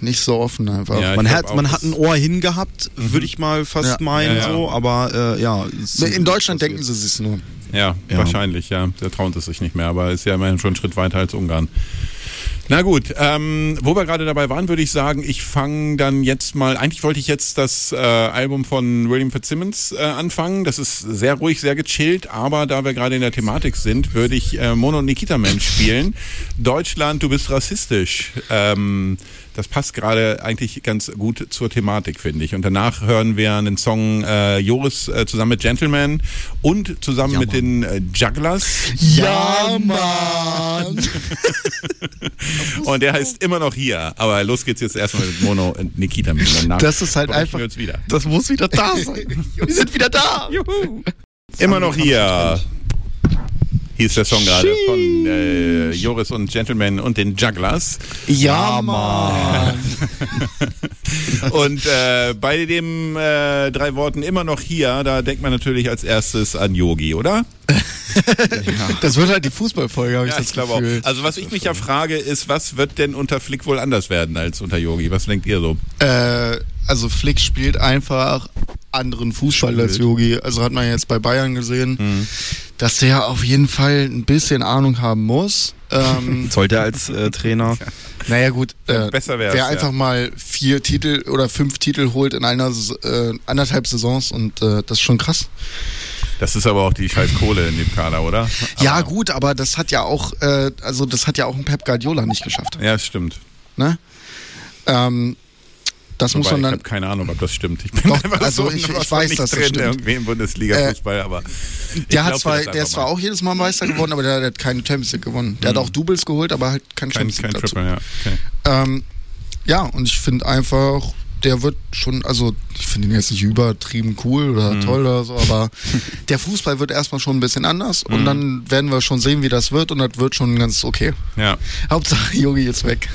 Speaker 3: nicht so offen einfach.
Speaker 1: Ja, ich
Speaker 2: man
Speaker 1: glaub
Speaker 2: hat
Speaker 1: auch,
Speaker 2: man
Speaker 1: das-
Speaker 2: hat ein Ohr hingehabt, würde ich mal
Speaker 3: Ja.
Speaker 2: fast meinen
Speaker 1: Ja, ja.
Speaker 2: so, aber äh, ja. es-
Speaker 3: in Deutschland
Speaker 2: das-
Speaker 3: denken sie sich's nur.
Speaker 1: Ja,
Speaker 2: Ja.
Speaker 1: wahrscheinlich, ja. Da trauen sie sich nicht mehr, aber ist ja immerhin schon einen Schritt weiter als Ungarn. Na gut, ähm, wo wir gerade dabei waren, würde ich sagen, ich fange dann jetzt mal, eigentlich wollte ich jetzt das äh, Album von William Fitzsimmons äh, anfangen. Das ist sehr ruhig, sehr gechillt, aber da wir gerade in der Thematik sind, würde ich äh, Mono und Nikita Man spielen. Deutschland, du bist rassistisch. Ähm, das passt gerade eigentlich ganz gut zur Thematik, finde ich. Und danach hören wir einen Song äh, Joris äh, zusammen mit Gentleman und zusammen mit den äh, Jugglers.
Speaker 3: Ja, Mann!
Speaker 1: Und der heißt immer noch hier. Aber los geht's jetzt erstmal mit Mono und Nikita. Mit dem Namen.
Speaker 3: Das ist halt
Speaker 1: Sprechen
Speaker 3: einfach-
Speaker 1: Wir uns wieder.
Speaker 2: Das muss wieder da sein. Wir sind wieder da.
Speaker 1: Immer noch hier. Hieß der Song gerade von äh, Joris und Gentleman und den Jugglers.
Speaker 3: Ja, Mann!
Speaker 1: Und äh, bei dem äh, drei Worten immer noch hier, da denkt man natürlich als erstes an Yogi, oder?
Speaker 3: Das wird halt die Fußballfolge, habe ich
Speaker 1: Ja,
Speaker 3: das
Speaker 1: ich glaube auch.
Speaker 3: Gefühl.
Speaker 1: Also was ich mich ja frage, ist, was wird denn unter Flick wohl anders werden als unter Yogi? Was denkt ihr so?
Speaker 3: Äh, also Flick spielt einfach anderen Fußball als Yogi. Also hat man jetzt bei Bayern gesehen,
Speaker 1: Mhm.
Speaker 3: dass der auf jeden Fall ein bisschen Ahnung haben muss. Ähm,
Speaker 2: Sollte er als äh, Trainer.
Speaker 3: naja gut, äh,
Speaker 1: Besser wär's,
Speaker 3: wer
Speaker 1: ja.
Speaker 3: einfach mal vier Titel oder fünf Titel holt in einer S- äh, anderthalb Saisons und äh, das ist schon krass.
Speaker 1: Das ist aber auch die scheiß Kohle in dem Kader, oder?
Speaker 3: ja gut, aber das hat ja auch, äh, also das hat ja auch ein Pep Guardiola nicht geschafft.
Speaker 1: Ja, stimmt.
Speaker 3: Ne? Ähm, das muss
Speaker 1: Wobei,
Speaker 3: man
Speaker 1: ich
Speaker 3: dann.
Speaker 1: habe keine Ahnung, ob das stimmt. Ich bin
Speaker 3: Doch,
Speaker 1: einfach
Speaker 3: also
Speaker 1: so
Speaker 3: ich-
Speaker 1: was
Speaker 3: ich
Speaker 1: von
Speaker 3: weiß,
Speaker 1: nicht
Speaker 3: dass das
Speaker 1: drin
Speaker 3: stimmt.
Speaker 1: irgendwie im Bundesliga-Fußball, aber ich
Speaker 3: Der,
Speaker 1: glaub dir
Speaker 3: hat zwar,
Speaker 1: das
Speaker 3: der ist
Speaker 1: einfach
Speaker 3: zwar auch jedes Mal Meister geworden, aber der, der hat keine Champions League gewonnen. Der hat auch Doubles geholt, aber halt kein
Speaker 1: mal. kein,
Speaker 3: Champions
Speaker 1: kein
Speaker 3: League dazu.
Speaker 1: Triple, ja. Okay.
Speaker 3: Ähm, ja, und ich finde einfach, der wird schon, also ich finde ihn jetzt nicht übertrieben cool oder
Speaker 1: Mhm.
Speaker 3: toll oder so, aber der Fußball wird erstmal schon ein bisschen anders
Speaker 1: Mhm.
Speaker 3: und dann werden wir schon sehen, wie das wird und das wird schon ganz okay.
Speaker 1: Ja.
Speaker 3: Hauptsache, Yogi ist weg.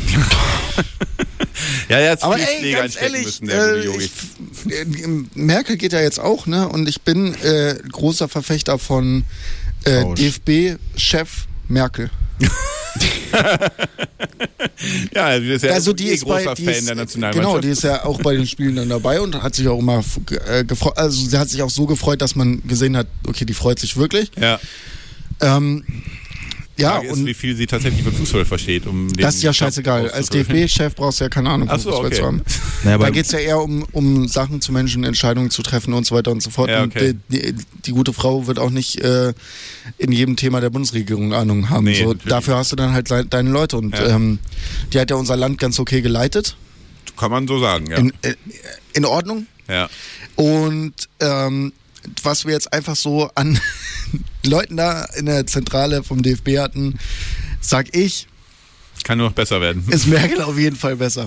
Speaker 1: Ja, ja, jetzt
Speaker 3: Aber
Speaker 1: viel
Speaker 3: ey,
Speaker 1: Pflege
Speaker 3: ganz
Speaker 1: einstecken
Speaker 3: ehrlich,
Speaker 1: müssen, der
Speaker 3: äh,
Speaker 1: gute Jogi.
Speaker 3: ich, äh, Merkel geht ja jetzt auch, ne? Und ich bin äh, großer Verfechter von äh,
Speaker 2: Tausch.
Speaker 3: DFB-Chef Merkel.
Speaker 1: ja, also, die ist ja
Speaker 3: also die
Speaker 1: eh
Speaker 3: ist
Speaker 1: großer
Speaker 3: bei, die
Speaker 1: Fan
Speaker 3: ist,
Speaker 1: der Nationalmannschaft.
Speaker 3: genau, die ist ja auch bei den Spielen dann dabei und hat sich auch immer f- ge- äh, gefreut, also sie hat sich auch so gefreut, dass man gesehen hat, okay, die freut sich wirklich.
Speaker 1: ja.
Speaker 3: Ähm, ja,
Speaker 1: Frage ist,
Speaker 3: und
Speaker 1: wie viel sie tatsächlich von Fußball versteht. Um den
Speaker 3: das ist ja
Speaker 1: Job
Speaker 3: scheißegal. Als
Speaker 1: auszuführen.
Speaker 3: DFB-Chef brauchst du ja keine Ahnung,
Speaker 1: Ach so,
Speaker 3: Fußball
Speaker 1: okay.
Speaker 3: zu haben.
Speaker 2: Naja,
Speaker 3: Da
Speaker 2: beim-
Speaker 3: geht es ja eher um, um Sachen zu Menschen, Entscheidungen zu treffen und so weiter und so fort.
Speaker 1: Ja, okay.
Speaker 3: Und die, die, die gute Frau wird auch nicht äh, in jedem Thema der Bundesregierung Ahnung haben.
Speaker 1: Nee,
Speaker 3: so,
Speaker 1: natürlich.
Speaker 3: dafür hast du dann halt le- deine Leute und
Speaker 1: Ja.
Speaker 3: ähm, die hat ja unser Land ganz okay geleitet.
Speaker 1: Kann man so sagen, ja.
Speaker 3: In, äh, in Ordnung.
Speaker 1: ja.
Speaker 3: Und ähm, was wir jetzt einfach so an Leuten da in der Zentrale vom DFB hatten, sag ich,
Speaker 1: Kann nur noch besser werden.
Speaker 3: ist Merkel auf jeden Fall besser.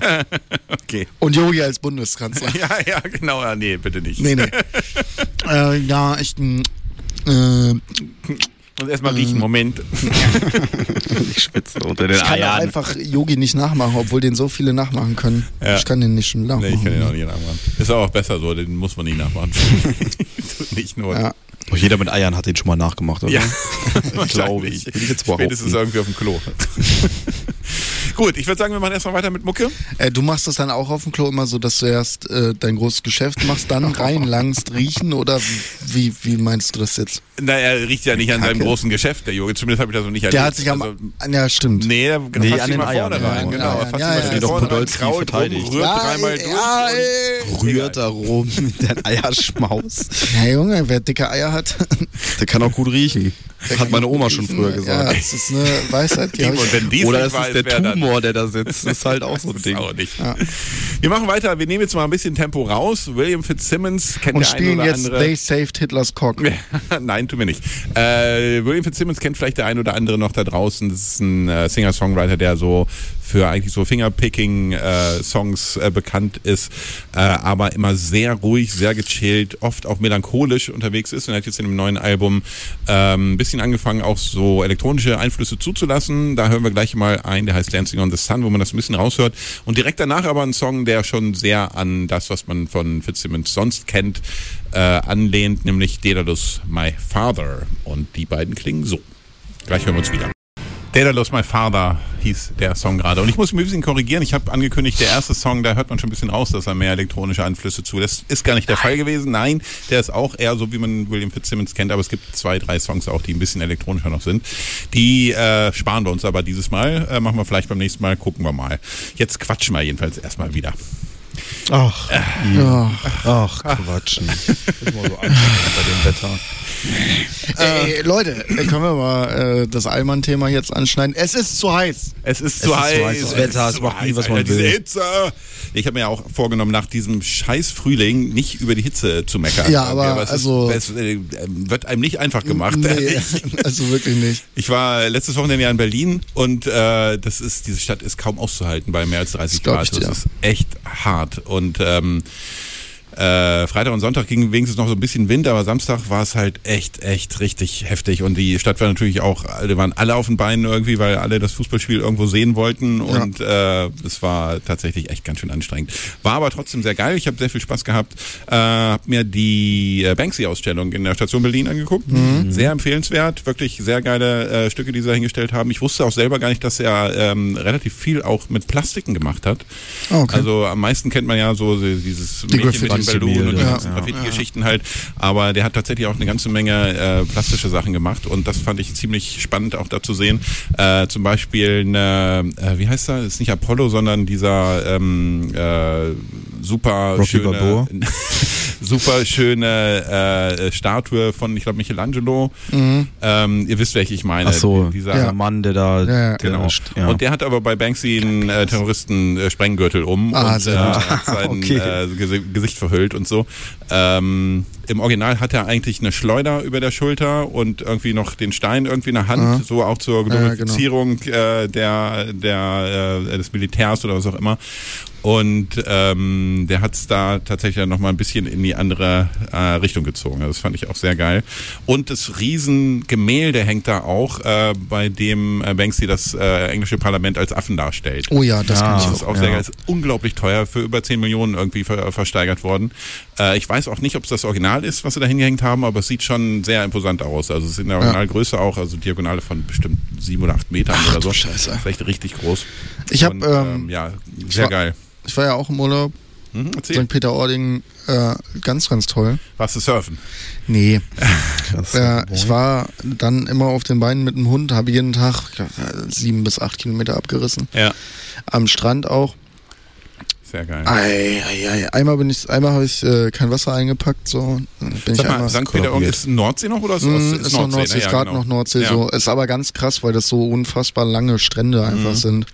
Speaker 1: Okay.
Speaker 3: Und Yogi als Bundeskanzler.
Speaker 1: Ja, ja, genau. Ja, nee, bitte nicht.
Speaker 3: Nee, nee. äh, ja, ich. mh, Äh,
Speaker 1: Und erstmal
Speaker 3: Mm.
Speaker 1: riechen, Moment.
Speaker 2: Ich schwitze unter den
Speaker 3: ich kann auch
Speaker 1: ne?
Speaker 3: einfach Yogi nicht nachmachen, obwohl den so viele nachmachen können.
Speaker 1: Ja.
Speaker 3: Ich kann den nicht schon
Speaker 1: Nee, ich
Speaker 3: nachmachen.
Speaker 1: kann den auch nicht nachmachen. Ist aber auch besser so, den muss man nicht nachmachen. Tut nicht nur.
Speaker 3: Ja.
Speaker 2: Jeder mit Eiern hat den schon mal nachgemacht, oder?
Speaker 1: Ja,
Speaker 2: glaube ich. Will ich jetzt behaupten.
Speaker 1: Spätestens irgendwie auf dem Klo. Gut, ich würde sagen, wir machen erstmal weiter mit Mucke.
Speaker 3: Äh, du machst das dann auch auf dem Klo immer so, dass du erst äh, dein großes Geschäft machst, dann reinlangst, riechen oder wie, wie meinst du das jetzt?
Speaker 1: Na, er riecht ja nicht an seinem
Speaker 3: Kacke.
Speaker 1: großen Geschäft, der Junge. Zumindest habe ich das noch nicht erlebt.
Speaker 3: Der hat sich am. Ah,
Speaker 1: Also,
Speaker 3: ja, stimmt.
Speaker 1: Nee, der
Speaker 2: Nee,
Speaker 1: fasst sich
Speaker 2: an den
Speaker 1: mal
Speaker 2: Eiern,
Speaker 1: vorne
Speaker 2: ja,
Speaker 1: rein.
Speaker 2: ja,
Speaker 1: Genau,
Speaker 3: ja,
Speaker 1: er fasst
Speaker 3: ja,
Speaker 1: sich
Speaker 3: ja.
Speaker 1: mal
Speaker 3: Wie
Speaker 1: schön
Speaker 2: doch
Speaker 1: vorne rein,
Speaker 2: Podolski
Speaker 1: krault rum,
Speaker 2: verteidigt.
Speaker 1: rührt
Speaker 3: Ja,
Speaker 1: dreimal
Speaker 3: Ah, ey,
Speaker 1: durch.
Speaker 3: ja,
Speaker 1: und-
Speaker 3: ey.
Speaker 2: Rührt da rum mit deinem Eierschmaus.
Speaker 3: Ja, Junge, wer dicke Eier hat,
Speaker 2: Der kann auch gut riechen.
Speaker 3: der
Speaker 2: Hat
Speaker 3: kann
Speaker 2: meine
Speaker 3: gut
Speaker 2: Oma schon
Speaker 3: riechen.
Speaker 2: früher
Speaker 3: Ja,
Speaker 2: gesagt.
Speaker 3: das ist eine Weisheit, die hab
Speaker 1: und
Speaker 3: ich.
Speaker 1: wenn dies
Speaker 2: Oder
Speaker 1: nicht
Speaker 2: es
Speaker 1: weiß,
Speaker 2: ist der
Speaker 1: wer dann?
Speaker 2: Tumor, der da sitzt. Das ist halt auch so ein
Speaker 1: Das
Speaker 2: Ding.
Speaker 1: Auch nicht. Wir machen weiter. Wir nehmen jetzt mal ein bisschen Tempo raus. William Fitzsimmons kennt
Speaker 3: Und
Speaker 1: der ein
Speaker 3: spielen
Speaker 1: oder
Speaker 3: jetzt
Speaker 1: andere.
Speaker 3: They Saved Hitlers Cock.
Speaker 1: Nein, tun wir nicht. Äh, William Fitzsimmons kennt vielleicht der ein oder andere noch da draußen. Das ist ein äh, Singer-Songwriter, der so für eigentlich so Fingerpicking-Songs äh, bekannt ist, äh, aber immer sehr ruhig, sehr gechillt, oft auch melancholisch unterwegs ist und er hat jetzt in dem neuen Album ähm, ein bisschen angefangen, auch so elektronische Einflüsse zuzulassen. Da hören wir gleich mal ein, der heißt Dancing on the Sun, wo man das ein bisschen raushört. Und direkt danach aber ein Song, der schon sehr an das, was man von Fitzsimmons sonst kennt, äh, anlehnt, nämlich Daedalus My Father. Und die beiden klingen so. Gleich hören wir uns wieder. Daedalus My Father hieß der Song gerade. Und ich muss mich ein bisschen korrigieren. Ich habe angekündigt, der erste Song, da hört man schon ein bisschen raus, dass er mehr elektronische Einflüsse zulässt. Ist gar nicht der Fall gewesen. Nein, der ist auch eher so, wie man William Fitzsimmons kennt. Aber es gibt zwei, drei Songs auch, die ein bisschen elektronischer noch sind. Die äh, sparen wir uns aber dieses Mal. Äh, machen wir vielleicht beim nächsten Mal. Gucken wir mal. Jetzt quatschen wir jedenfalls erstmal wieder.
Speaker 2: Ach,
Speaker 3: Äh, Ja.
Speaker 2: ach, Quatschen. Ist mal so anstrengend bei dem Wetter.
Speaker 3: Ey, Leute, äh, können wir mal äh, das Allmann-Thema jetzt anschneiden? Es ist zu heiß.
Speaker 1: Es ist
Speaker 2: Es
Speaker 1: zu
Speaker 2: ist zu
Speaker 1: heiß.
Speaker 2: heiß, das Wetter,
Speaker 1: ist
Speaker 2: es
Speaker 1: zu
Speaker 2: macht nie,
Speaker 1: heiß,
Speaker 2: was man
Speaker 1: Alter, Diese
Speaker 2: will.
Speaker 1: Hitze. Ich habe mir ja auch vorgenommen, nach diesem scheiß Frühling nicht über die Hitze zu meckern.
Speaker 3: Ja, aber
Speaker 1: es
Speaker 3: also-
Speaker 1: ist, es äh, wird einem nicht einfach gemacht.
Speaker 3: Nee,
Speaker 1: ehrlich.
Speaker 3: also wirklich nicht.
Speaker 1: Ich war letztes Wochenende ja in Berlin und äh, das ist, diese Stadt ist kaum auszuhalten bei mehr als 30
Speaker 3: Das glaub
Speaker 1: Grad.
Speaker 3: ich dir.
Speaker 1: das ist echt hart. Und ähm, äh, Freitag und Sonntag ging wenigstens noch so ein bisschen Wind, aber Samstag war es halt echt, echt richtig heftig. Und die Stadt war natürlich auch, alle waren alle auf den Beinen irgendwie, weil alle das Fußballspiel irgendwo sehen wollten. Und äh, es war tatsächlich echt ganz schön anstrengend. War aber trotzdem sehr geil. Ich habe sehr viel Spaß gehabt. Äh, hab mir die äh, Banksy-Ausstellung in der Station Berlin angeguckt.
Speaker 3: Mhm.
Speaker 1: Mhm. Sehr empfehlenswert. Wirklich sehr geile äh, Stücke, die sie da hingestellt haben. Ich wusste auch selber gar nicht, dass er ähm, relativ viel auch mit Plastiken gemacht hat.
Speaker 3: Ah, okay.
Speaker 1: Also am meisten kennt man ja so dieses Mädchen mit
Speaker 3: Die
Speaker 1: dem Ballon
Speaker 3: Graffitis.
Speaker 1: und die
Speaker 3: Ja.
Speaker 1: ganzen Graffiti-Geschichten halt. Aber der hat tatsächlich auch eine ganze Menge äh, plastische Sachen gemacht und das fand ich ziemlich spannend auch da zu sehen. Äh, zum Beispiel, eine, äh, wie heißt er? Ist nicht Apollo, sondern dieser ähm, äh, super
Speaker 2: Rocky
Speaker 1: schöne,
Speaker 2: Balboa?
Speaker 1: super schöne äh, Statue von, ich glaube, Michelangelo. Ähm, ihr wisst, welche ich meine.
Speaker 2: Mhm. Ach so,
Speaker 1: Dieser
Speaker 2: Äh, dieser Mann, der da.
Speaker 3: ja,
Speaker 2: der
Speaker 1: Genau.
Speaker 2: da st- ja.
Speaker 1: Und der hat aber bei Banksy einen äh, Terroristen äh, Sprenggürtel um
Speaker 3: Ah,
Speaker 1: und
Speaker 3: sehr
Speaker 1: äh,
Speaker 3: gut.
Speaker 1: hat sein
Speaker 2: Okay.
Speaker 1: äh, Gesi- Gesicht verhüllt und so. Ähm, Im Original hat er eigentlich eine Schleuder über der Schulter und irgendwie noch den Stein irgendwie in der Hand,
Speaker 3: Ah.
Speaker 1: so auch zur
Speaker 3: Ja, ja,
Speaker 1: Glorifizierung äh, der, der, äh, des Militärs oder was auch immer. Und ähm, der hat es da tatsächlich noch mal ein bisschen in die andere äh, Richtung gezogen. Das fand ich auch sehr geil. Und das Riesengemälde hängt da auch, äh, bei dem äh, Banksy das äh, englische Parlament als Affen darstellt.
Speaker 3: Oh ja, das
Speaker 2: Ja.
Speaker 3: kann ich
Speaker 1: Das
Speaker 3: auch.
Speaker 1: ist auch sehr
Speaker 2: Ja.
Speaker 1: geil. Ist unglaublich teuer, für über 10 Millionen irgendwie ver versteigert worden. Äh, ich weiß auch nicht, ob es das Original ist, was sie da hingehängt haben, aber es sieht schon sehr imposant aus. Also es ist in der Originalgröße auch, also Diagonale von bestimmt sieben oder acht Metern oder so.
Speaker 3: du Scheiße.
Speaker 1: Vielleicht richtig groß.
Speaker 3: Ich hab,
Speaker 1: Und,
Speaker 3: ähm,
Speaker 1: ja, sehr
Speaker 3: war-
Speaker 1: geil.
Speaker 3: Ich war ja auch im Urlaub,
Speaker 1: Mhm, erzähl.
Speaker 3: St. Peter-Ording, äh, ganz, ganz toll.
Speaker 1: Warst du surfen?
Speaker 3: Nee,
Speaker 2: Krass.
Speaker 3: äh, ich war dann immer auf den Beinen mit dem Hund, habe jeden Tag ja, sieben bis acht Kilometer abgerissen.
Speaker 1: Ja.
Speaker 3: Am Strand auch.
Speaker 1: Sehr geil.
Speaker 3: Ei, ei, ei. Einmal bin ich, einmal habe ich äh, kein Wasser eingepackt, so. Dann Bin
Speaker 1: Sag
Speaker 3: ich
Speaker 1: mal,
Speaker 3: einmal
Speaker 1: St. Peter-Ording
Speaker 2: kollabiert.
Speaker 1: ist Nordsee noch oder ist, Ost-
Speaker 3: Mm, ist noch Nordsee,
Speaker 1: ne?
Speaker 3: ist
Speaker 1: Ja,
Speaker 3: gerade
Speaker 1: genau.
Speaker 3: noch Nordsee.
Speaker 1: Ja. Mhm.
Speaker 3: So. Ist aber ganz krass, weil das so unfassbar lange Strände einfach sind.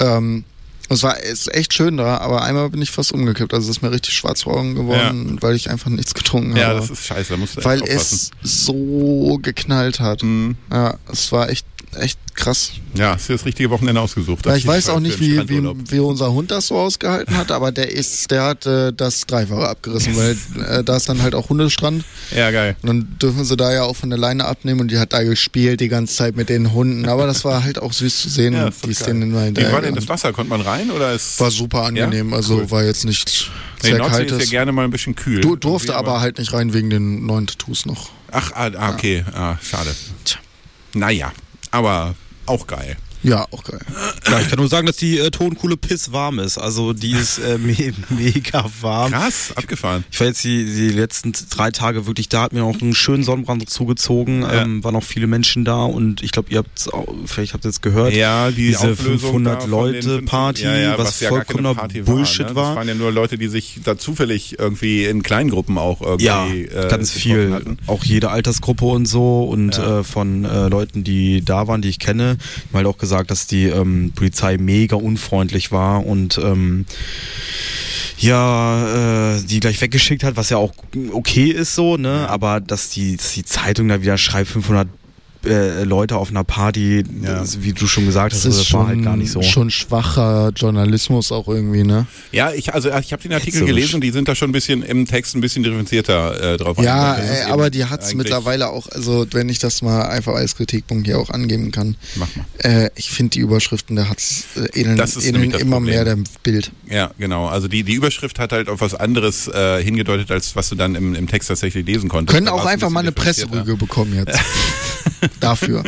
Speaker 3: Ähm, es war ist echt schön da, aber einmal bin ich fast umgekippt. Also es ist mir richtig schwarz vor Augen geworden, weil ich einfach nichts getrunken
Speaker 1: Ja,
Speaker 3: habe.
Speaker 1: das ist scheiße, da musst du echt
Speaker 3: weil
Speaker 1: aufpassen.
Speaker 3: es so geknallt hat.
Speaker 1: Mhm.
Speaker 3: Ja, es war echt, echt krass.
Speaker 1: Ja, hast du das richtige Wochenende ausgesucht.
Speaker 3: Ja,
Speaker 1: Auf
Speaker 3: ich
Speaker 1: jeden
Speaker 3: weiß
Speaker 1: Fall
Speaker 3: auch
Speaker 1: für
Speaker 3: nicht,
Speaker 1: den
Speaker 3: wie, wie,
Speaker 1: Strandurlaub.
Speaker 3: wie unser Hund das so ausgehalten hat, aber der ist, der hat äh, das Dreifache abgerissen, weil äh, da ist dann halt auch Hundestrand.
Speaker 1: Ja, geil.
Speaker 3: Und dann dürfen sie da ja auch von der Leine abnehmen und die hat da gespielt die ganze Zeit mit den Hunden. Aber das war halt auch süß zu sehen,
Speaker 1: Ja,
Speaker 3: ja,
Speaker 1: ist doch
Speaker 3: die
Speaker 1: geil.
Speaker 3: Szenen mal
Speaker 1: Wie war denn
Speaker 3: hinterher.
Speaker 1: das Wasser? Konnte man rein oder ist...
Speaker 3: War super angenehm,
Speaker 1: Ja?
Speaker 3: also
Speaker 1: Cool.
Speaker 3: war jetzt nicht
Speaker 1: Nee,
Speaker 3: sehr
Speaker 1: Nordsee ist ja
Speaker 3: kaltes.
Speaker 1: gerne mal ein bisschen kühl.
Speaker 3: Du durfte
Speaker 1: Irgendwie,
Speaker 3: aber halt nicht rein wegen den neuen Tattoos noch.
Speaker 1: Ach, ah, ah, okay. Ah, schade.
Speaker 3: Tja.
Speaker 1: Naja, aber auch geil.
Speaker 3: Ja, auch geil.
Speaker 2: Ja, ich kann nur sagen, dass die äh, Tonkuhle piss warm ist. Also die ist äh, me mega warm.
Speaker 1: Krass, abgefahren.
Speaker 2: Ich war jetzt die, die letzten drei Tage wirklich da, hat mir auch einen schönen Sonnenbrand zugezogen,
Speaker 1: Ja.
Speaker 2: ähm, waren auch viele Menschen da und ich glaube, ihr habt vielleicht habt ihr es gehört.
Speaker 1: Ja,
Speaker 2: diese
Speaker 1: Auflösung da von den
Speaker 2: 500 Leute
Speaker 1: 15
Speaker 2: Party,
Speaker 1: ja, ja,
Speaker 2: was
Speaker 1: gar keine
Speaker 2: vollkommener
Speaker 1: Party
Speaker 2: Bullshit
Speaker 1: war. Ne?
Speaker 2: war.
Speaker 1: Das waren ja nur Leute, die sich da zufällig irgendwie in kleinen Gruppen auch irgendwie
Speaker 2: Ja,
Speaker 1: äh,
Speaker 2: ganz
Speaker 1: getroffen
Speaker 2: viel.
Speaker 1: hatten.
Speaker 2: Auch jede Altersgruppe und so und
Speaker 1: Ja.
Speaker 2: äh, von äh, Leuten, die da waren, die ich kenne, haben halt auch gesagt, dass die ähm, Polizei mega unfreundlich war und ähm, ja, äh, die gleich weggeschickt hat, was ja auch okay ist so, ne? Aber dass die, dass die Zeitung da wieder schreibt 500 äh, Leute auf einer Party,
Speaker 1: Ja.
Speaker 2: das, wie du schon gesagt hast,
Speaker 3: Das
Speaker 2: das,
Speaker 3: ist
Speaker 2: war
Speaker 3: schon,
Speaker 2: halt gar nicht so.
Speaker 3: schon schwacher Journalismus auch irgendwie, ne?
Speaker 1: Ja, ich, also ich habe den Artikel
Speaker 2: Hetzerisch.
Speaker 1: gelesen und die sind da schon ein bisschen im Text ein bisschen differenzierter äh, drauf
Speaker 3: Ja,
Speaker 1: eingegangen. Das
Speaker 3: ey,
Speaker 1: ist
Speaker 3: aber
Speaker 1: eben
Speaker 3: die hat's
Speaker 1: eigentlich-
Speaker 3: mittlerweile auch, also wenn ich das mal einfach als Kritikpunkt hier auch angeben kann,
Speaker 1: Mach mal.
Speaker 3: äh, ich finde die Überschriften der hat's äh, ähneln,
Speaker 1: Das ist nämlich
Speaker 3: ähneln
Speaker 1: das
Speaker 3: immer
Speaker 1: Problem.
Speaker 3: mehr dem Bild.
Speaker 1: Ja, genau. Also die, die Überschrift hat halt auf was anderes äh, hingedeutet, als was du dann im, im Text tatsächlich lesen konntest.
Speaker 3: Können
Speaker 1: Da
Speaker 3: auch
Speaker 1: war's ein
Speaker 3: einfach mal eine
Speaker 1: bisschen differenzierter.
Speaker 3: Presserüge bekommen jetzt. Dafür.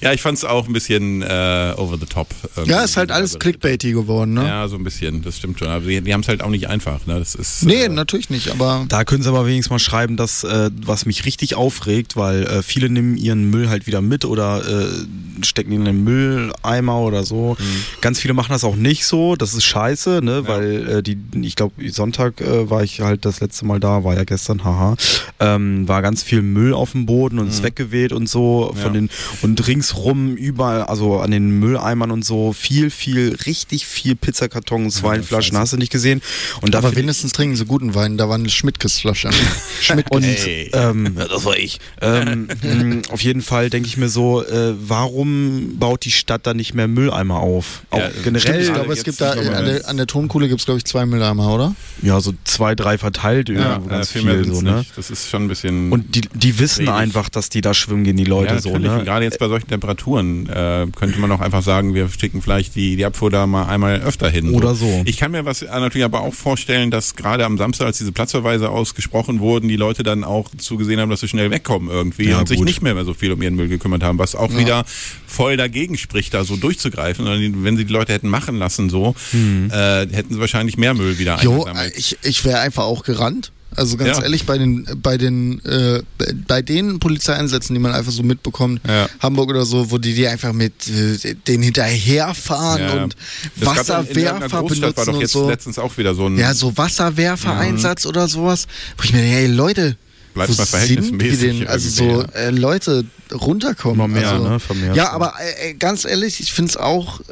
Speaker 1: Ja, ich fand's auch ein bisschen äh, over the top. irgendwie.
Speaker 3: Ja, ist halt alles
Speaker 1: Also,
Speaker 3: clickbaity geworden, ne?
Speaker 1: Ja, so ein bisschen, das stimmt schon. Aber die, die haben es halt auch nicht einfach. Ne? Das ist,
Speaker 3: Nee,
Speaker 1: äh,
Speaker 3: natürlich nicht, aber
Speaker 2: Da können sie aber wenigstens mal schreiben, dass, äh, was mich richtig aufregt, weil äh, viele nehmen ihren Müll halt wieder mit oder äh, stecken ihn in den Mülleimer oder so. Ganz viele machen das auch nicht so. Das ist scheiße, ne? Weil äh, die, ich glaube, Sonntag äh, war ich halt das letzte Mal da, war ja gestern, haha. Ähm, war ganz viel Müll auf dem Boden und ist weggeweht und so von
Speaker 1: Ja.
Speaker 2: den und ringsrum überall, also an den Mülleimern und so, viel, viel, richtig viel Pizzakartons, Weinflaschen,
Speaker 1: scheiße.
Speaker 2: hast du nicht gesehen. Und da
Speaker 3: aber
Speaker 2: find-
Speaker 3: wenigstens trinken sie guten Wein. Da war eine Schmidtkiss-Flasche. Schmidtkiss.
Speaker 2: und
Speaker 1: Ey.
Speaker 2: ähm, ja, das war ich. Ähm, mh, auf jeden Fall denke ich mir so, äh, warum baut die Stadt da nicht mehr Mülleimer auf? Auch
Speaker 1: Ja,
Speaker 2: generell,
Speaker 3: Stimmt, ich
Speaker 1: Äh,
Speaker 3: glaube, es
Speaker 1: jetzt
Speaker 3: gibt da
Speaker 1: nicht, aber
Speaker 3: an der, an der Tonkuhle gibt's glaube ich, zwei Mülleimer, oder?
Speaker 2: ja, so zwei, drei verteilt
Speaker 1: ja,
Speaker 2: irgendwo ganz
Speaker 1: äh, viel mehr
Speaker 2: viel
Speaker 1: sind's
Speaker 2: so, ne?
Speaker 1: nicht. Das ist schon ein bisschen.
Speaker 2: Und die, die wissen
Speaker 1: Wenig.
Speaker 2: einfach, dass die da schwimmen gehen, die Leute
Speaker 1: ja,
Speaker 2: so,
Speaker 1: natürlich. Und
Speaker 2: ne?
Speaker 1: Gerade jetzt bei solchen Temperaturen äh, könnte man auch einfach sagen, wir schicken vielleicht die, die Abfuhr da mal einmal öfter hin.
Speaker 2: Oder so.
Speaker 1: Ich kann mir was äh, natürlich aber auch vorstellen, dass gerade am Samstag, als diese Platzverweise ausgesprochen wurden, die Leute dann auch zugesehen haben, dass sie schnell wegkommen irgendwie
Speaker 2: Ja,
Speaker 1: und sich
Speaker 2: gut.
Speaker 1: nicht mehr, so viel um ihren Müll gekümmert haben, was auch wieder voll dagegen spricht, da so durchzugreifen. Sondern die- wenn sie die Leute hätten machen lassen so, äh, hätten sie wahrscheinlich mehr Müll wieder
Speaker 3: Hm. Jo,
Speaker 1: eingesammelt.
Speaker 3: äh, ich, ich wäre einfach auch gerannt. Also ganz
Speaker 1: Ja.
Speaker 3: ehrlich, bei den, bei den, äh, bei den Polizeieinsätzen, die man einfach so mitbekommt,
Speaker 1: Ja.
Speaker 3: Hamburg oder so, wo die die einfach mit äh, den hinterherfahren
Speaker 1: Ja, ja.
Speaker 3: und
Speaker 1: Das gab dann in irgendeiner
Speaker 3: Wasserwerfer
Speaker 1: Großstadt war
Speaker 3: benutzen
Speaker 1: doch
Speaker 3: und
Speaker 1: jetzt
Speaker 3: so.
Speaker 1: letztens auch wieder so ein
Speaker 3: Ja, so Wasserwerfereinsatz oder sowas. Wo ich mir denke, hey Leute,
Speaker 1: Bleibt
Speaker 3: wo
Speaker 1: mal
Speaker 3: sind wir
Speaker 1: verhältnismäßig
Speaker 3: denn? Also so
Speaker 1: irgendwie,
Speaker 3: äh, Leute runterkommen.
Speaker 2: Immer mehr,
Speaker 3: also,
Speaker 2: ne, vermehrt,
Speaker 3: ja,
Speaker 2: ja.
Speaker 3: aber äh, äh, ganz ehrlich, ich finde es auch, äh,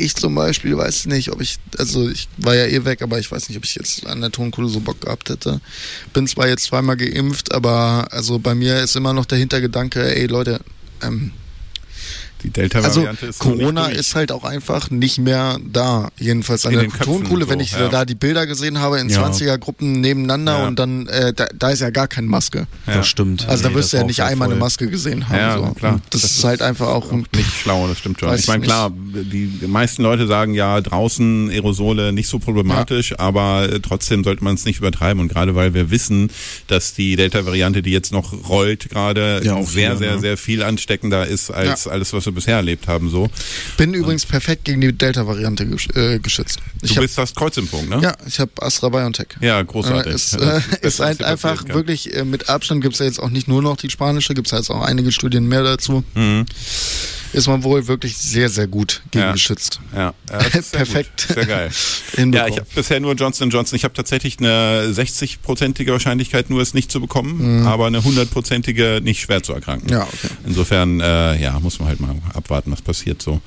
Speaker 3: ich zum Beispiel weiß nicht, ob ich, also ich war ja eh weg, aber ich weiß nicht, ob ich jetzt an der Tonkuhle so Bock gehabt hätte. Bin zwar jetzt zweimal geimpft, aber also bei mir ist immer noch der Hintergedanke, ey Leute, ähm,
Speaker 1: die Delta-Variante
Speaker 3: also
Speaker 1: ist noch nicht
Speaker 3: Corona
Speaker 1: durch.
Speaker 3: ist halt auch einfach nicht mehr da. Jedenfalls an
Speaker 1: In
Speaker 3: der
Speaker 1: den Köpfen
Speaker 3: Tonkuhle,
Speaker 1: so,
Speaker 3: wenn ich
Speaker 1: ja.
Speaker 3: da die Bilder gesehen habe in
Speaker 2: Ja.
Speaker 3: 20er Gruppen nebeneinander
Speaker 1: Ja.
Speaker 3: und dann äh, da, da ist ja gar keine Maske.
Speaker 1: Ja.
Speaker 2: Das stimmt.
Speaker 3: Also
Speaker 2: Nee,
Speaker 3: da wirst
Speaker 2: das
Speaker 3: du ja
Speaker 2: war
Speaker 3: nicht
Speaker 2: auch
Speaker 3: einmal
Speaker 2: voll-
Speaker 3: eine Maske gesehen haben.
Speaker 1: Ja,
Speaker 3: so.
Speaker 1: klar.
Speaker 3: Und Das,
Speaker 1: Das
Speaker 3: ist halt einfach auch ein
Speaker 1: nicht schlau, das stimmt schon.
Speaker 3: Weiß
Speaker 1: Ich meine,
Speaker 3: nicht.
Speaker 1: klar, die meisten Leute sagen ja, draußen Aerosole nicht so problematisch, aber äh, trotzdem sollte man es nicht übertreiben. Und gerade weil wir wissen, dass die Delta-Variante, die jetzt noch rollt, gerade
Speaker 2: Ja, auch
Speaker 1: sehr,
Speaker 2: hier,
Speaker 1: sehr,
Speaker 2: ne?
Speaker 1: sehr viel ansteckender ist als alles, was wir bisher erlebt haben. So.
Speaker 3: Bin übrigens perfekt gegen die Delta-Variante gesch äh, geschützt.
Speaker 1: Du
Speaker 3: Ich hab,
Speaker 1: bist fast Kreuzimpfung, ne?
Speaker 3: ja, ich habe Astra Biontech.
Speaker 1: Ja,
Speaker 3: Äh,
Speaker 1: großartig.
Speaker 3: ist,
Speaker 1: Ja,
Speaker 3: äh,
Speaker 1: das das
Speaker 3: ist
Speaker 1: Beste,
Speaker 3: halt
Speaker 1: was passieren
Speaker 3: einfach
Speaker 1: kann.
Speaker 3: wirklich äh, mit Abstand gibt's ja jetzt auch nicht nur noch die spanische, gibt's ja jetzt auch einige Studien mehr dazu. Ist man wohl wirklich sehr, sehr gut gegen
Speaker 1: Mhm. Ja.
Speaker 3: geschützt.
Speaker 1: Ja, ja, das ist sehr
Speaker 3: Perfekt.
Speaker 1: Gut. Sehr geil. Ja,
Speaker 3: Hinbekommen.
Speaker 1: ich habe bisher nur Johnson Johnson. Ich habe tatsächlich eine 60-prozentige Wahrscheinlichkeit, nur es nicht zu bekommen, aber eine 100-prozentige nicht schwer zu erkranken.
Speaker 3: Mhm. Ja, okay.
Speaker 1: Insofern, äh, ja, muss man halt mal abwarten, was passiert so.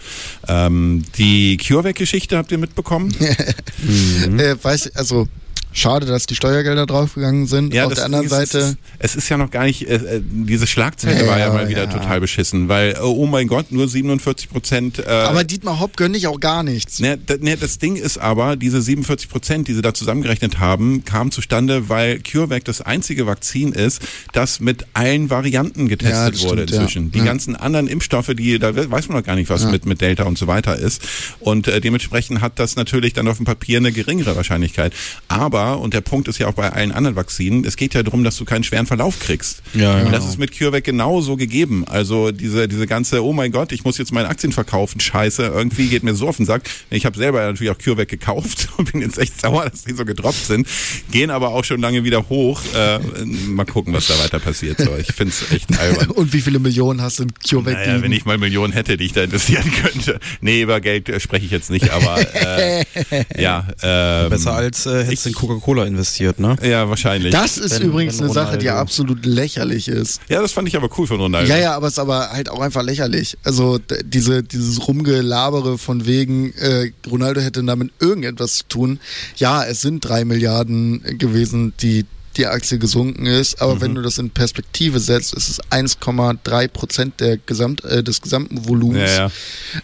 Speaker 1: Ähm, die CureVac-Geschichte habt ihr mitbekommen?
Speaker 3: Mhm.
Speaker 1: Mhm.
Speaker 3: Äh, weiß, also schade, dass die Steuergelder draufgegangen sind. Auf der
Speaker 1: das
Speaker 3: anderen
Speaker 1: Ding ist, Es
Speaker 3: Seite,
Speaker 1: ist, äh, es ist ja noch gar nicht, äh, äh, diese Schlagzeile
Speaker 3: Ja,
Speaker 1: war ja mal
Speaker 3: ja.
Speaker 1: wieder total beschissen, weil, oh, oh mein Gott, nur 47 Prozent. Äh,
Speaker 3: aber Dietmar Hopp gönne ich auch gar nichts.
Speaker 1: Ne, da- ne, das Ding ist aber, diese 47 Prozent, die sie da zusammengerechnet haben, kamen zustande, weil CureVac das einzige Vakzin ist, das mit allen Varianten
Speaker 3: Ja,
Speaker 1: getestet
Speaker 3: das
Speaker 1: wurde
Speaker 3: stimmt, ja.
Speaker 1: inzwischen. Die
Speaker 3: Ja.
Speaker 1: ganzen anderen Impfstoffe, die da we- weiß man noch gar nicht, was mit, mit Delta und so weiter ist. Und äh, dementsprechend hat das natürlich dann auf dem Papier eine geringere Wahrscheinlichkeit. Aber aber, und der Punkt ist ja auch bei allen anderen Vakzinen, es geht ja darum, dass du keinen schweren Verlauf kriegst.
Speaker 2: Ja,
Speaker 1: und
Speaker 2: genau.
Speaker 1: das ist mit CureVac genauso gegeben. Also diese, diese ganze, oh mein Gott, ich muss jetzt meine Aktien verkaufen, scheiße, irgendwie geht mir so auf den Sack. Ich habe selber natürlich auch CureVac gekauft und bin jetzt echt sauer, dass die so gedroppt sind, gehen aber auch schon lange wieder hoch. Äh, mal gucken, was da weiter passiert. So, ich finde es echt albern.
Speaker 3: Und wie viele Millionen hast du in CureVac
Speaker 1: Naja,
Speaker 3: liegen?
Speaker 1: wenn ich mal Millionen hätte, die ich da investieren könnte. Nee, über Geld äh, spreche ich jetzt nicht, aber äh, ja. Ähm,
Speaker 2: Besser als äh, hättest du in Coca-Cola investiert, ne?
Speaker 1: Ja, wahrscheinlich.
Speaker 3: das ist
Speaker 2: wenn-
Speaker 3: übrigens
Speaker 2: wenn
Speaker 3: eine Sache, die ja
Speaker 2: Ronaldo-
Speaker 3: absolut lächerlich ist.
Speaker 1: ja, das fand ich aber cool von Ronaldo.
Speaker 3: Ja, ja, aber es ist aber halt auch einfach lächerlich. Also d- diese, dieses Rumgelabere von wegen, äh, Ronaldo hätte damit irgendetwas zu tun. Ja, es sind drei Milliarden gewesen, die die Aktie gesunken ist, aber
Speaker 1: Mhm.
Speaker 3: wenn du das in Perspektive setzt, ist es 1,3 Prozent der Gesamt, äh, des gesamten Volumens.
Speaker 1: Ja,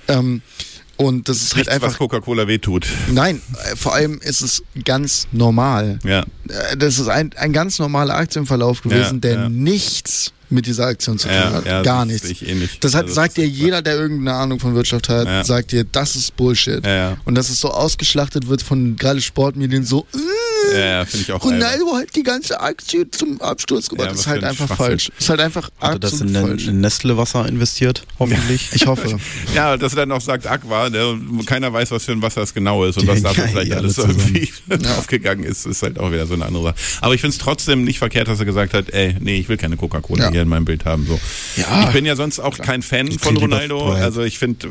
Speaker 1: ja.
Speaker 3: Ähm, und das ist halt
Speaker 1: Nichts,
Speaker 3: einfach,
Speaker 1: was Coca-Cola wehtut.
Speaker 3: nein, äh, vor allem ist es ganz normal.
Speaker 1: Ja.
Speaker 3: Äh, Das ist ein, ein ganz normaler Aktienverlauf gewesen,
Speaker 1: Ja,
Speaker 3: der
Speaker 1: ja.
Speaker 3: nichts mit dieser Aktion zu tun
Speaker 1: Ja,
Speaker 3: hat.
Speaker 1: ja,
Speaker 3: Gar
Speaker 1: das
Speaker 3: nichts.
Speaker 1: sehe ich ähnlich.
Speaker 3: Das hat,
Speaker 1: Also,
Speaker 3: sagt
Speaker 1: das
Speaker 3: dir
Speaker 1: ist-
Speaker 3: jeder, der irgendeine Ahnung von Wirtschaft hat,
Speaker 1: Ja.
Speaker 3: sagt dir, das ist Bullshit.
Speaker 1: Ja, ja.
Speaker 3: Und dass es so ausgeschlachtet wird von gerade Sportmedien, so, äh,
Speaker 1: Ja, ja, finde ich auch. albern.
Speaker 3: Ronaldo hat die ganze Aktie zum Absturz gebracht.
Speaker 1: Ja, was
Speaker 3: das ist
Speaker 1: für
Speaker 3: halt
Speaker 1: ein
Speaker 3: einfach
Speaker 1: Schwachsinn.
Speaker 3: falsch. Ist halt einfach
Speaker 2: Hat er das
Speaker 3: absolut
Speaker 2: in,
Speaker 3: falsch.
Speaker 2: in Nestle-Wasser investiert, hoffentlich?
Speaker 3: Ich hoffe.
Speaker 1: Ja, dass er dann noch sagt Aqua, ne? und keiner weiß, was für ein Wasser es genau ist und was da
Speaker 2: Ja,
Speaker 1: vielleicht
Speaker 2: ja,
Speaker 1: alles
Speaker 2: alle zusammen.
Speaker 1: irgendwie aufgegangen ist, ist halt auch wieder so eine andere Sache. Aber ich finde es trotzdem nicht verkehrt, dass er gesagt hat, ey, nee, ich will keine Coca-Cola
Speaker 3: Ja.
Speaker 1: hier in meinem Bild haben. So.
Speaker 3: Ja.
Speaker 1: ich bin ja sonst auch kein Fan von
Speaker 2: trinke lieber
Speaker 1: Ronaldo.
Speaker 2: Sprite.
Speaker 1: Also ich finde,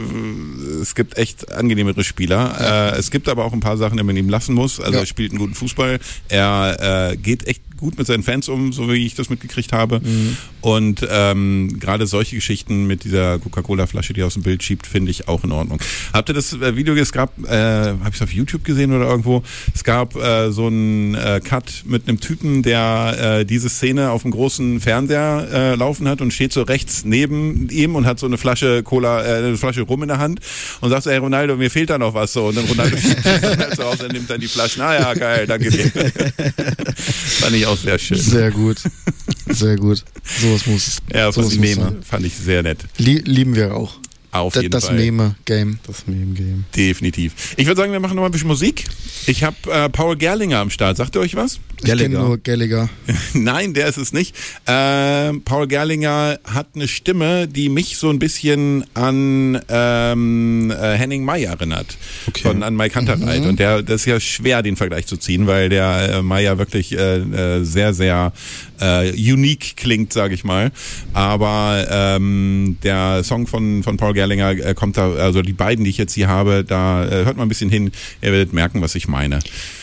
Speaker 1: es gibt echt angenehmere Spieler. Äh, es gibt aber auch ein paar Sachen, die man ihm lassen muss. Also
Speaker 3: Ja.
Speaker 1: er spielt einen guten Fußball. Er äh, geht echt gut mit seinen Fans um, so wie ich das mitgekriegt habe.
Speaker 3: Mhm.
Speaker 1: Und ähm, gerade solche Geschichten mit dieser Coca-Cola-Flasche, die er aus dem Bild schiebt, finde ich auch in Ordnung. Habt ihr das äh, Video, es gab, äh, habe ich es auf YouTube gesehen oder irgendwo, es gab äh, so einen äh, Cut mit einem Typen, der äh, diese Szene auf dem großen Fernseher äh, laufen hat und steht so rechts neben ihm und hat so eine Flasche Cola, äh, eine Flasche Rum in der Hand und sagt so, hey Ronaldo, mir fehlt da noch was so. Und dann Ronaldo schiebt das dann halt so aus und nimmt dann die Flasche. Na ja, geil, danke dir. Fand ich auch sehr schön.
Speaker 3: Sehr gut. Sehr gut. Sowas muss es.
Speaker 1: Ja,
Speaker 3: sowas
Speaker 1: von
Speaker 3: muss
Speaker 1: Meme
Speaker 3: sein.
Speaker 1: fand ich sehr nett.
Speaker 3: Lie lieben wir auch.
Speaker 1: Auf
Speaker 3: Da-
Speaker 1: jeden
Speaker 3: das
Speaker 1: Fall.
Speaker 3: Meme-Game.
Speaker 2: das Meme-Game.
Speaker 1: Definitiv. Ich würde sagen, wir machen noch mal ein bisschen Musik. Ich habe äh, Paul Gerlinger am Start. Sagt ihr euch was?
Speaker 3: Ich kenne nur Gallagher.
Speaker 1: Nein, der ist es nicht. Ähm, Paul Gerlinger hat eine Stimme, die mich so ein bisschen an ähm, äh, Henning May erinnert.
Speaker 2: Okay.
Speaker 1: Von, an Mike Hunterreit. Und der, das ist ja schwer, den Vergleich zu ziehen, weil der äh, May ja wirklich äh, äh, sehr, sehr äh, unique klingt, sage ich mal. Aber ähm, der Song von, von Paul Gerlinger äh, kommt da, also die beiden, die ich jetzt hier habe, da äh, hört man ein bisschen hin. Ihr werdet merken, was ich meine.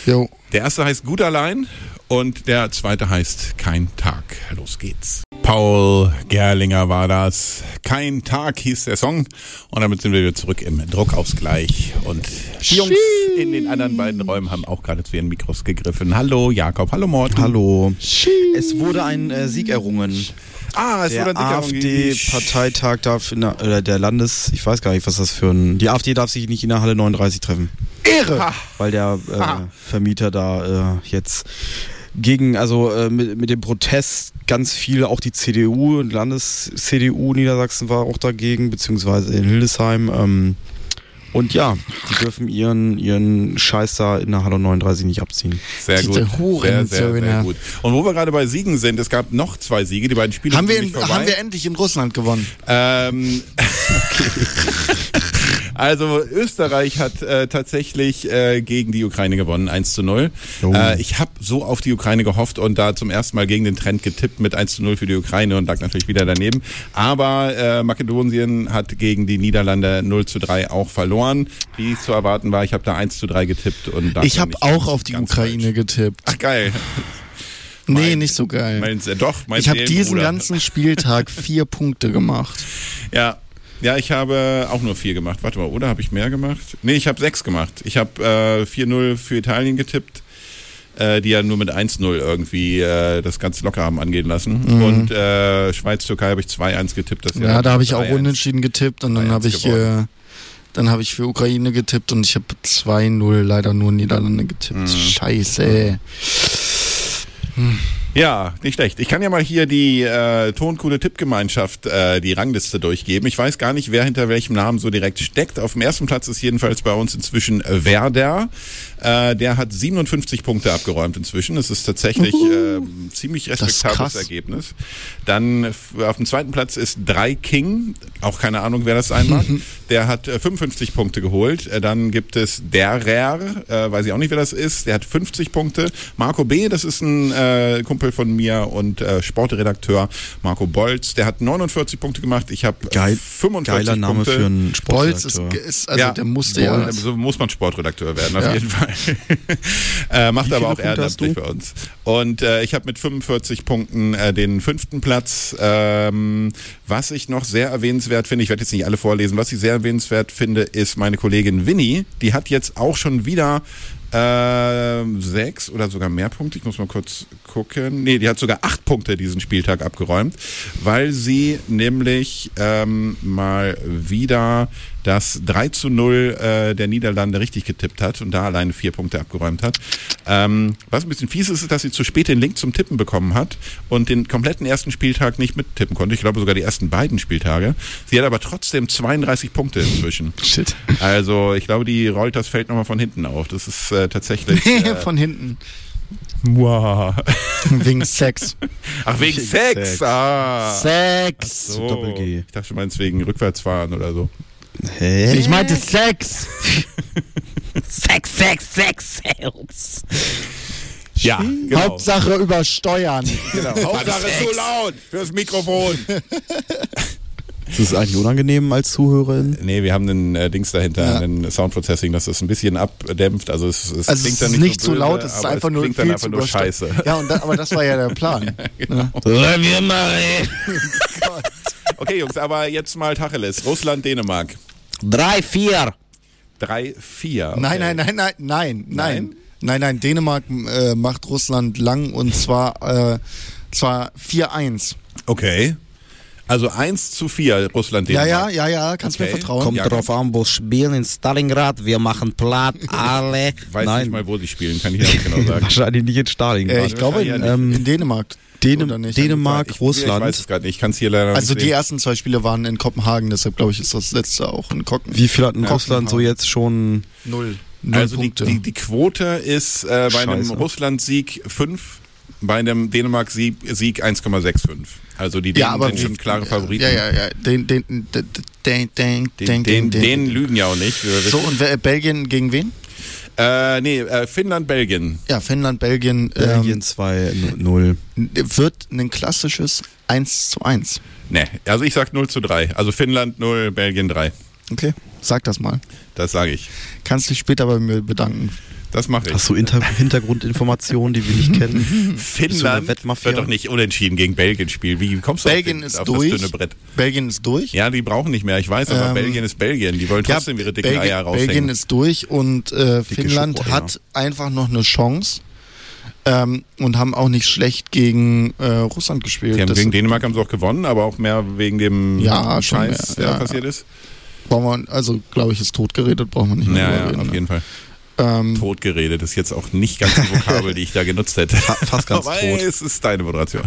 Speaker 3: Jo.
Speaker 1: Der erste heißt Gut allein und der zweite heißt Kein Tag. Los geht's. Paul Gerlinger war das. Kein Tag hieß der Song. Und damit sind wir wieder zurück im Druckausgleich. Und die Jungs in den anderen beiden Räumen haben auch gerade zu ihren Mikros gegriffen. Hallo Jakob, hallo Morten.
Speaker 2: Hallo. Es wurde ein äh, Sieg errungen.
Speaker 1: Ah, es
Speaker 2: Der
Speaker 1: wurde ein dicker
Speaker 2: AfD-Parteitag darf in der, oder der Landes, ich weiß gar nicht, was das für ein. Die AfD darf sich nicht in der Halle 39 treffen.
Speaker 3: Ehre!
Speaker 2: weil der äh,
Speaker 1: Ah.
Speaker 2: Vermieter da äh, jetzt gegen, also äh, mit, mit dem Protest ganz viel, auch die CDU und Landes-CDU Niedersachsen war auch dagegen, beziehungsweise in Hildesheim. Ähm, und ja, die dürfen ihren, ihren Scheiß da in der Hallo 39 nicht abziehen.
Speaker 1: Sehr
Speaker 3: Diese
Speaker 1: gut. Sehr, sehr,
Speaker 3: Hurensöhne.
Speaker 1: sehr gut. Und wo wir gerade bei Siegen sind, es gab noch zwei Siege, die beiden Spiele
Speaker 3: Haben wir,
Speaker 1: sind
Speaker 3: in,
Speaker 1: nicht vorbei.
Speaker 3: haben wir endlich in Russland gewonnen?
Speaker 1: Ähm, also Österreich hat äh, tatsächlich äh, gegen die Ukraine gewonnen, 1 zu 0.
Speaker 2: Oh.
Speaker 1: Äh, ich habe so auf die Ukraine gehofft und da zum ersten Mal gegen den Trend getippt mit 1 zu 0 für die Ukraine und lag natürlich wieder daneben. Aber äh, Makedonien hat gegen die Niederlande 0 zu 3 auch verloren, wie es zu erwarten war. Ich habe da 1 zu 3 getippt und lag
Speaker 3: Ich
Speaker 1: dann
Speaker 3: habe
Speaker 1: nicht
Speaker 3: auch
Speaker 1: ganz-
Speaker 3: auf die
Speaker 1: ganz
Speaker 3: Ukraine
Speaker 1: falsch.
Speaker 3: getippt.
Speaker 1: Ach geil.
Speaker 3: nee, nicht so geil.
Speaker 1: Meinst, äh, doch, mein
Speaker 3: ich habe diesen
Speaker 1: Seelenbruder.
Speaker 3: ganzen Spieltag vier Punkte gemacht.
Speaker 1: Ja. Ja, ich habe auch nur vier gemacht. Warte mal, oder habe ich mehr gemacht? Nee, ich habe sechs gemacht. Ich habe äh, 4-0 für Italien getippt, äh, die ja nur mit 1-0 irgendwie äh, das ganz locker haben angehen lassen. Und äh, Schweiz-Türkei habe ich 2-1 getippt. Das
Speaker 3: Mhm. Ja, da habe ich auch
Speaker 1: 3-1.
Speaker 3: unentschieden getippt und dann
Speaker 1: 3-1
Speaker 3: habe ich, äh,
Speaker 1: gewonnen.
Speaker 3: dann habe ich für Ukraine getippt und ich habe
Speaker 1: Mhm.
Speaker 3: 2-0 leider nur Niederlande getippt. Scheiße. ey.
Speaker 1: Ja, nicht schlecht. Ich kann ja mal hier die äh, Tonkuhle Tippgemeinschaft äh, die Rangliste durchgeben. Ich weiß gar nicht, wer hinter welchem Namen so direkt steckt. Auf dem ersten Platz ist jedenfalls bei uns inzwischen äh, Werder. Äh, der hat 57 Punkte abgeräumt inzwischen. Das ist tatsächlich äh, ein ziemlich respektables
Speaker 3: krass.
Speaker 1: Ergebnis. Dann f- auf dem zweiten Platz ist 3 King. Auch keine Ahnung, wer das sein mag. Der hat äh, 55 Punkte geholt. Äh, Dann gibt es der Rär, äh, weiß ich auch nicht, wer das ist. Der hat 50 Punkte. Marco B., das ist ein äh, Kumpel von mir und äh, Sportredakteur Marco Bolz. Der hat 49 Punkte gemacht. Ich habe
Speaker 2: Geil,
Speaker 1: 45
Speaker 2: geiler Name
Speaker 1: Punkte.
Speaker 2: für einen
Speaker 3: Bolz ist,
Speaker 2: Sportredakteur.
Speaker 3: ist also der musste ja.
Speaker 1: So muss man Sportredakteur werden, auf
Speaker 3: Ja.
Speaker 1: jeden Fall. äh, macht
Speaker 2: Wie
Speaker 1: aber
Speaker 2: viele
Speaker 1: auch
Speaker 2: Punkte hast
Speaker 1: ehrenamtlich bei uns. Und äh, ich habe mit 45 Punkten äh, den fünften Platz. Ähm, was ich noch sehr erwähnenswert finde, ich werde jetzt nicht alle vorlesen, was ich sehr erwähnenswert finde, ist meine Kollegin Winnie. Die hat jetzt auch schon wieder ähm, sechs oder sogar mehr Punkte. Ich muss mal kurz gucken. Nee, die hat sogar acht Punkte diesen Spieltag abgeräumt, weil sie nämlich ähm, mal wieder das 3 zu 0 äh, der Niederlande richtig getippt hat und da alleine vier Punkte abgeräumt hat. Ähm, was ein bisschen fies ist, ist, dass sie zu spät den Link zum Tippen bekommen hat und den kompletten ersten Spieltag nicht mittippen konnte. Ich glaube sogar die ersten beiden Spieltage. Sie hat aber trotzdem 32 Punkte inzwischen.
Speaker 3: Shit.
Speaker 1: Also ich glaube, die rollt das Feld nochmal von hinten auf. Das ist äh, tatsächlich. Äh,
Speaker 3: Von hinten.
Speaker 1: wow.
Speaker 3: Wegen Sex.
Speaker 1: Ach, wegen
Speaker 2: Wegen
Speaker 1: Sex.
Speaker 2: Sex.
Speaker 1: Ah.
Speaker 3: Sex!
Speaker 1: So.
Speaker 2: Doppel G.
Speaker 1: Ich dachte schon mal wegen Rückwärtsfahren oder so.
Speaker 2: Hä?
Speaker 3: Ich meinte Sex!
Speaker 4: Sex, Sex, Sex, Sex.
Speaker 1: Ja, genau.
Speaker 3: Hauptsache Also übersteuern.
Speaker 1: genau. Hauptsache so laut fürs Mikrofon.
Speaker 2: Ist es eigentlich unangenehm als Zuhörerin?
Speaker 1: Nee, wir haben einen äh, Dings dahinter,
Speaker 3: Ja.
Speaker 1: einen Soundprocessing, dass das ein bisschen abdämpft. Also es, es
Speaker 3: Also
Speaker 1: klingt
Speaker 3: es
Speaker 1: dann
Speaker 3: ist
Speaker 1: nicht,
Speaker 3: nicht
Speaker 1: so,
Speaker 3: so
Speaker 1: böse,
Speaker 3: laut, es ist
Speaker 1: aber
Speaker 3: einfach nur
Speaker 1: klingt dann
Speaker 3: viel
Speaker 1: einfach
Speaker 3: zu
Speaker 1: nur
Speaker 3: übersteuern.
Speaker 1: scheiße.
Speaker 3: Ja, und da, aber das war ja der Plan.
Speaker 1: Äh,
Speaker 4: Sollen wir mal reden?
Speaker 1: Okay, Jungs, aber jetzt mal Tacheles. Russland, Dänemark.
Speaker 4: Drei, vier.
Speaker 1: 3-4. Okay.
Speaker 3: Nein, nein, nein, nein, nein, nein. Nein, nein, Dänemark äh, macht Russland lang und zwar, äh, zwar 4-1.
Speaker 1: Okay. Also 1 zu 4, Russland,
Speaker 3: Ja,
Speaker 1: Dänemark.
Speaker 3: ja, ja, ja, kannst
Speaker 1: Okay.
Speaker 3: mir vertrauen.
Speaker 4: Kommt
Speaker 1: Ja.
Speaker 4: drauf an, wo spielen in Stalingrad. Wir machen platt alle.
Speaker 1: Weiß
Speaker 4: Nein.
Speaker 1: nicht mal, wo sie spielen, kann ich ja nicht genau sagen.
Speaker 2: Wahrscheinlich nicht in Stalingrad.
Speaker 3: Äh, ich glaube in,
Speaker 1: Ja,
Speaker 2: nicht.
Speaker 3: in Dänemark.
Speaker 2: Dänem-
Speaker 3: oder nicht?
Speaker 2: Dänemark,
Speaker 1: Ich-
Speaker 2: Russland.
Speaker 1: Ich weiß es gerade nicht, ich kann es hier leider
Speaker 3: Also
Speaker 1: nicht
Speaker 3: die
Speaker 1: sehen.
Speaker 3: ersten zwei Spiele waren in Kopenhagen, deshalb glaube ich, ist das letzte auch in Kocken.
Speaker 2: Wie viel hat denn
Speaker 3: Ja.
Speaker 2: Russland so jetzt schon?
Speaker 3: Null. Null
Speaker 1: Also die,
Speaker 3: Punkte.
Speaker 1: die, die Quote ist äh, bei einem
Speaker 2: Scheiße.
Speaker 1: Russland-Sieg 5, bei einem Dänemark-Sieg Sieg 1,65. Also die Dänen
Speaker 3: ja, aber
Speaker 1: sind schon klare Favoriten.
Speaker 3: Ja, ja, ja. Den, den, den, den, den, den,
Speaker 1: Den,
Speaker 3: den,
Speaker 1: den, den lügen ja auch nicht. wir
Speaker 3: So,
Speaker 1: wissen.
Speaker 3: und wer, äh, Belgien gegen wen?
Speaker 1: Äh, nee, äh, Finnland, Belgien.
Speaker 3: Ja, Finnland, Belgien,
Speaker 4: Ähm,
Speaker 2: Belgien 2-0.
Speaker 3: Ähm, wird ein klassisches 1 zu 1.
Speaker 1: Nee, also ich sag 0 zu 3. Also Finnland 0, Belgien 3.
Speaker 3: Okay, sag das mal.
Speaker 1: Das sage ich.
Speaker 3: Kannst dich später bei mir bedanken.
Speaker 1: Das mache ich.
Speaker 2: Hast du Inter Hintergrundinformationen, die wir nicht kennen? Bist du eine
Speaker 1: Finnland
Speaker 2: Wettmafia?
Speaker 1: wird doch nicht unentschieden gegen Belgien spielen. Wie kommst du
Speaker 3: Belgien
Speaker 1: auf, den,
Speaker 3: ist
Speaker 1: auf
Speaker 3: durch.
Speaker 1: das dünne Brett?
Speaker 3: Belgien ist durch.
Speaker 1: Ja, die brauchen nicht mehr, ich weiß, aber
Speaker 3: Ähm,
Speaker 1: Belgien ist Belgien. Die wollen trotzdem ihre dicken
Speaker 3: Belgien,
Speaker 1: Eier raushängen.
Speaker 3: Belgien ist durch und äh, Finnland
Speaker 2: Schokoeier.
Speaker 3: hat einfach noch eine Chance ähm, und haben auch nicht schlecht gegen äh, Russland gespielt.
Speaker 1: Die haben
Speaker 3: Das
Speaker 1: gegen Dänemark haben sie auch gewonnen, aber auch mehr wegen dem
Speaker 3: Ja, schon
Speaker 1: Scheiß,
Speaker 3: mehr,
Speaker 1: der
Speaker 3: ja.
Speaker 1: passiert ist.
Speaker 3: brauchen wir, also glaube ich, ist tot geredet, brauchen wir nicht mehr drüber
Speaker 1: Ja, ja,
Speaker 3: reden,
Speaker 1: auf
Speaker 3: ne?
Speaker 1: jeden Fall.
Speaker 3: ähm,
Speaker 1: Tot geredet ist jetzt auch nicht ganz die Vokabel, die ich da genutzt hätte.
Speaker 2: Fast ganz
Speaker 1: aber
Speaker 2: tot.
Speaker 1: es ist deine Moderation.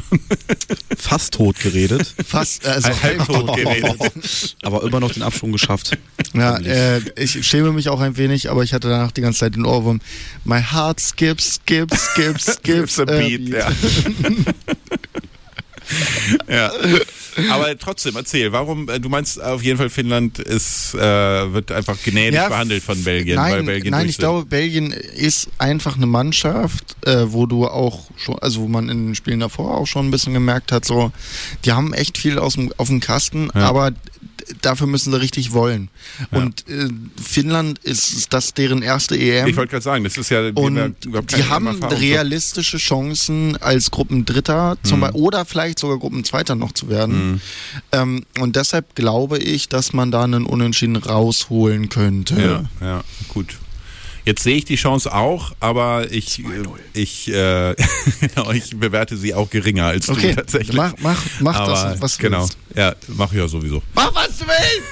Speaker 2: Fast tot geredet,
Speaker 3: Fast, also,
Speaker 1: Halbtot geredet.
Speaker 2: aber immer noch den Abschwung geschafft.
Speaker 3: ja, äh, ich schäme mich auch ein wenig, aber ich hatte danach die ganze Zeit den Ohrwurm. My heart skips, skips, skips, skips.
Speaker 1: Gibt's a
Speaker 3: äh,
Speaker 1: beat, ja. ja. Aber trotzdem, erzähl, warum, äh, du meinst auf jeden Fall Finnland ist, äh, wird einfach gnädig
Speaker 3: Ja,
Speaker 1: behandelt von Belgien,
Speaker 3: Nein,
Speaker 1: weil Belgien
Speaker 3: nein
Speaker 1: durch
Speaker 3: ich
Speaker 1: sind.
Speaker 3: glaube, Belgien ist einfach eine Mannschaft, äh, wo du auch schon, also wo man in den Spielen davor auch schon ein bisschen gemerkt hat, so, die haben echt viel aus dem, auf dem Kasten,
Speaker 1: Ja.
Speaker 3: aber d- dafür müssen sie richtig wollen.
Speaker 1: Ja.
Speaker 3: Und äh, Finnland ist, ist das deren erste E EM.
Speaker 1: Ich wollte gerade sagen, das ist ja, die
Speaker 3: und
Speaker 1: haben ja überhaupt
Speaker 3: die
Speaker 1: keine
Speaker 3: haben
Speaker 1: Erfahrung.
Speaker 3: realistische Chancen, als Gruppendritter zum
Speaker 1: Hm.
Speaker 3: Beispiel, oder vielleicht sogar Gruppenzweiter noch zu werden. Ähm, und deshalb glaube ich, dass man da einen Unentschieden rausholen könnte.
Speaker 1: Ja, ja, gut. Jetzt sehe ich die Chance auch, aber ich, ich, äh, genau, ich bewerte sie auch geringer als
Speaker 3: Okay,
Speaker 1: du tatsächlich.
Speaker 3: mach, mach, mach
Speaker 1: aber,
Speaker 3: das, was du
Speaker 1: genau.
Speaker 3: willst.
Speaker 1: Ja, mach ich ja sowieso.
Speaker 3: Mach, was du willst!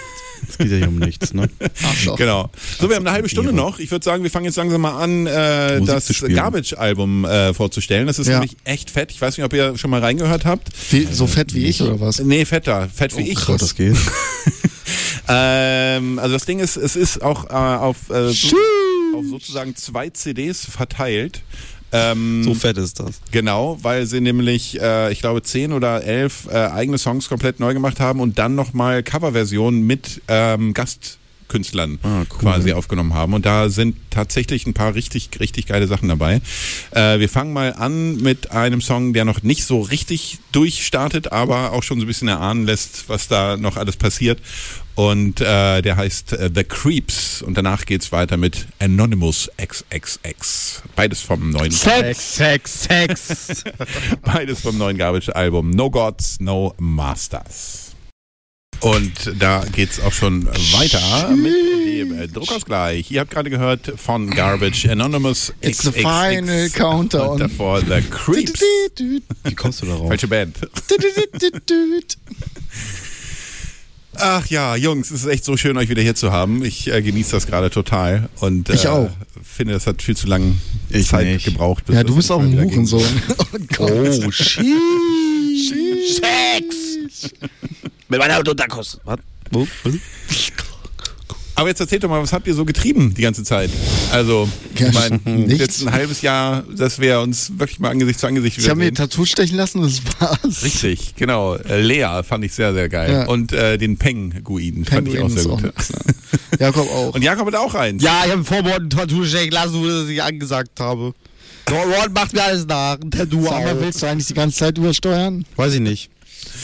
Speaker 2: Es geht ja hier um nichts, ne?
Speaker 3: Arschloch.
Speaker 1: Genau. So, wir haben eine halbe Stunde noch. Ich würde sagen, wir fangen jetzt langsam mal an, äh,
Speaker 2: Musik
Speaker 1: das
Speaker 2: zu spielen.
Speaker 1: Garbage-Album äh, vorzustellen. Das ist
Speaker 3: Ja.
Speaker 1: nämlich echt fett. Ich weiß nicht, ob ihr schon mal reingehört habt.
Speaker 3: Wie, so fett wie ich oder was? Oh
Speaker 1: Nee, fetter. Fett wie ich.
Speaker 2: Krass. Das geht.
Speaker 1: Ähm, also das Ding ist, es ist auch äh, auf, äh, so, auf sozusagen zwei CDs verteilt. Ähm,
Speaker 2: So fett ist das.
Speaker 1: Genau, weil sie nämlich, äh, ich glaube, zehn oder elf äh, eigene Songs komplett neu gemacht haben und dann nochmal Coverversionen mit ähm, Gastkünstlern
Speaker 2: Ah, cool.
Speaker 1: quasi aufgenommen haben. Und da sind tatsächlich ein paar richtig, richtig geile Sachen dabei. Äh, wir fangen mal an mit einem Song, der noch nicht so richtig durchstartet, aber auch schon so ein bisschen erahnen lässt, was da noch alles passiert. Und äh, der heißt äh, The Creeps. Und danach geht's weiter mit Anonymous XXX. Beides vom neuen
Speaker 2: Sex, Sex, Sex.
Speaker 1: Beides vom neuen Garbage-Album No Gods, No Masters. Und da geht's auch schon weiter mit dem äh, Druckausgleich. Ihr habt gerade gehört von Garbage Anonymous
Speaker 3: It's the
Speaker 1: XXX
Speaker 3: final countdown.
Speaker 1: und davor The Creeps.
Speaker 2: Wie kommst du darauf?
Speaker 1: Falsche Band. Ach ja, Jungs, es ist echt so schön, euch wieder hier zu haben. Ich äh, genieße das gerade total und äh,
Speaker 3: Ich auch.
Speaker 1: finde, das hat viel zu lange
Speaker 2: Ich
Speaker 1: Zeit
Speaker 2: nicht.
Speaker 1: gebraucht. bis
Speaker 3: Ja,
Speaker 1: das
Speaker 3: du bist auch
Speaker 1: mal
Speaker 3: ein
Speaker 1: wieder ging.
Speaker 3: Hurensohn. Oh Gott.
Speaker 2: Oh, shit. Sex. Mit meiner Autodakos. Was? Wo? Was?
Speaker 1: Aber jetzt erzählt doch mal, was habt ihr so getrieben die ganze Zeit? Also,
Speaker 3: Ja,
Speaker 1: ich meine,
Speaker 3: nichts.
Speaker 1: jetzt ein halbes Jahr, dass wir uns wirklich mal Angesicht zu Angesicht
Speaker 3: Ich habe mir ein
Speaker 1: wiedersehen.
Speaker 3: Tattoo stechen lassen, das war's.
Speaker 1: Richtig, genau. Äh, Lea fand ich sehr, sehr geil.
Speaker 3: Ja.
Speaker 1: Und äh, den Penguin fand ich auch
Speaker 3: Penguin
Speaker 1: sehr
Speaker 3: ist
Speaker 1: gut.
Speaker 3: auch ne? Jakob auch.
Speaker 1: Und Jakob hat auch eins.
Speaker 4: Ja, ich habe vorher ein Tattoo stechen lassen, wo ich angesagt habe. Ron macht mir alles nach. Ein Tattoo
Speaker 3: Sag mal,
Speaker 4: auch.
Speaker 3: willst du eigentlich die ganze Zeit übersteuern?
Speaker 2: Weiß ich nicht.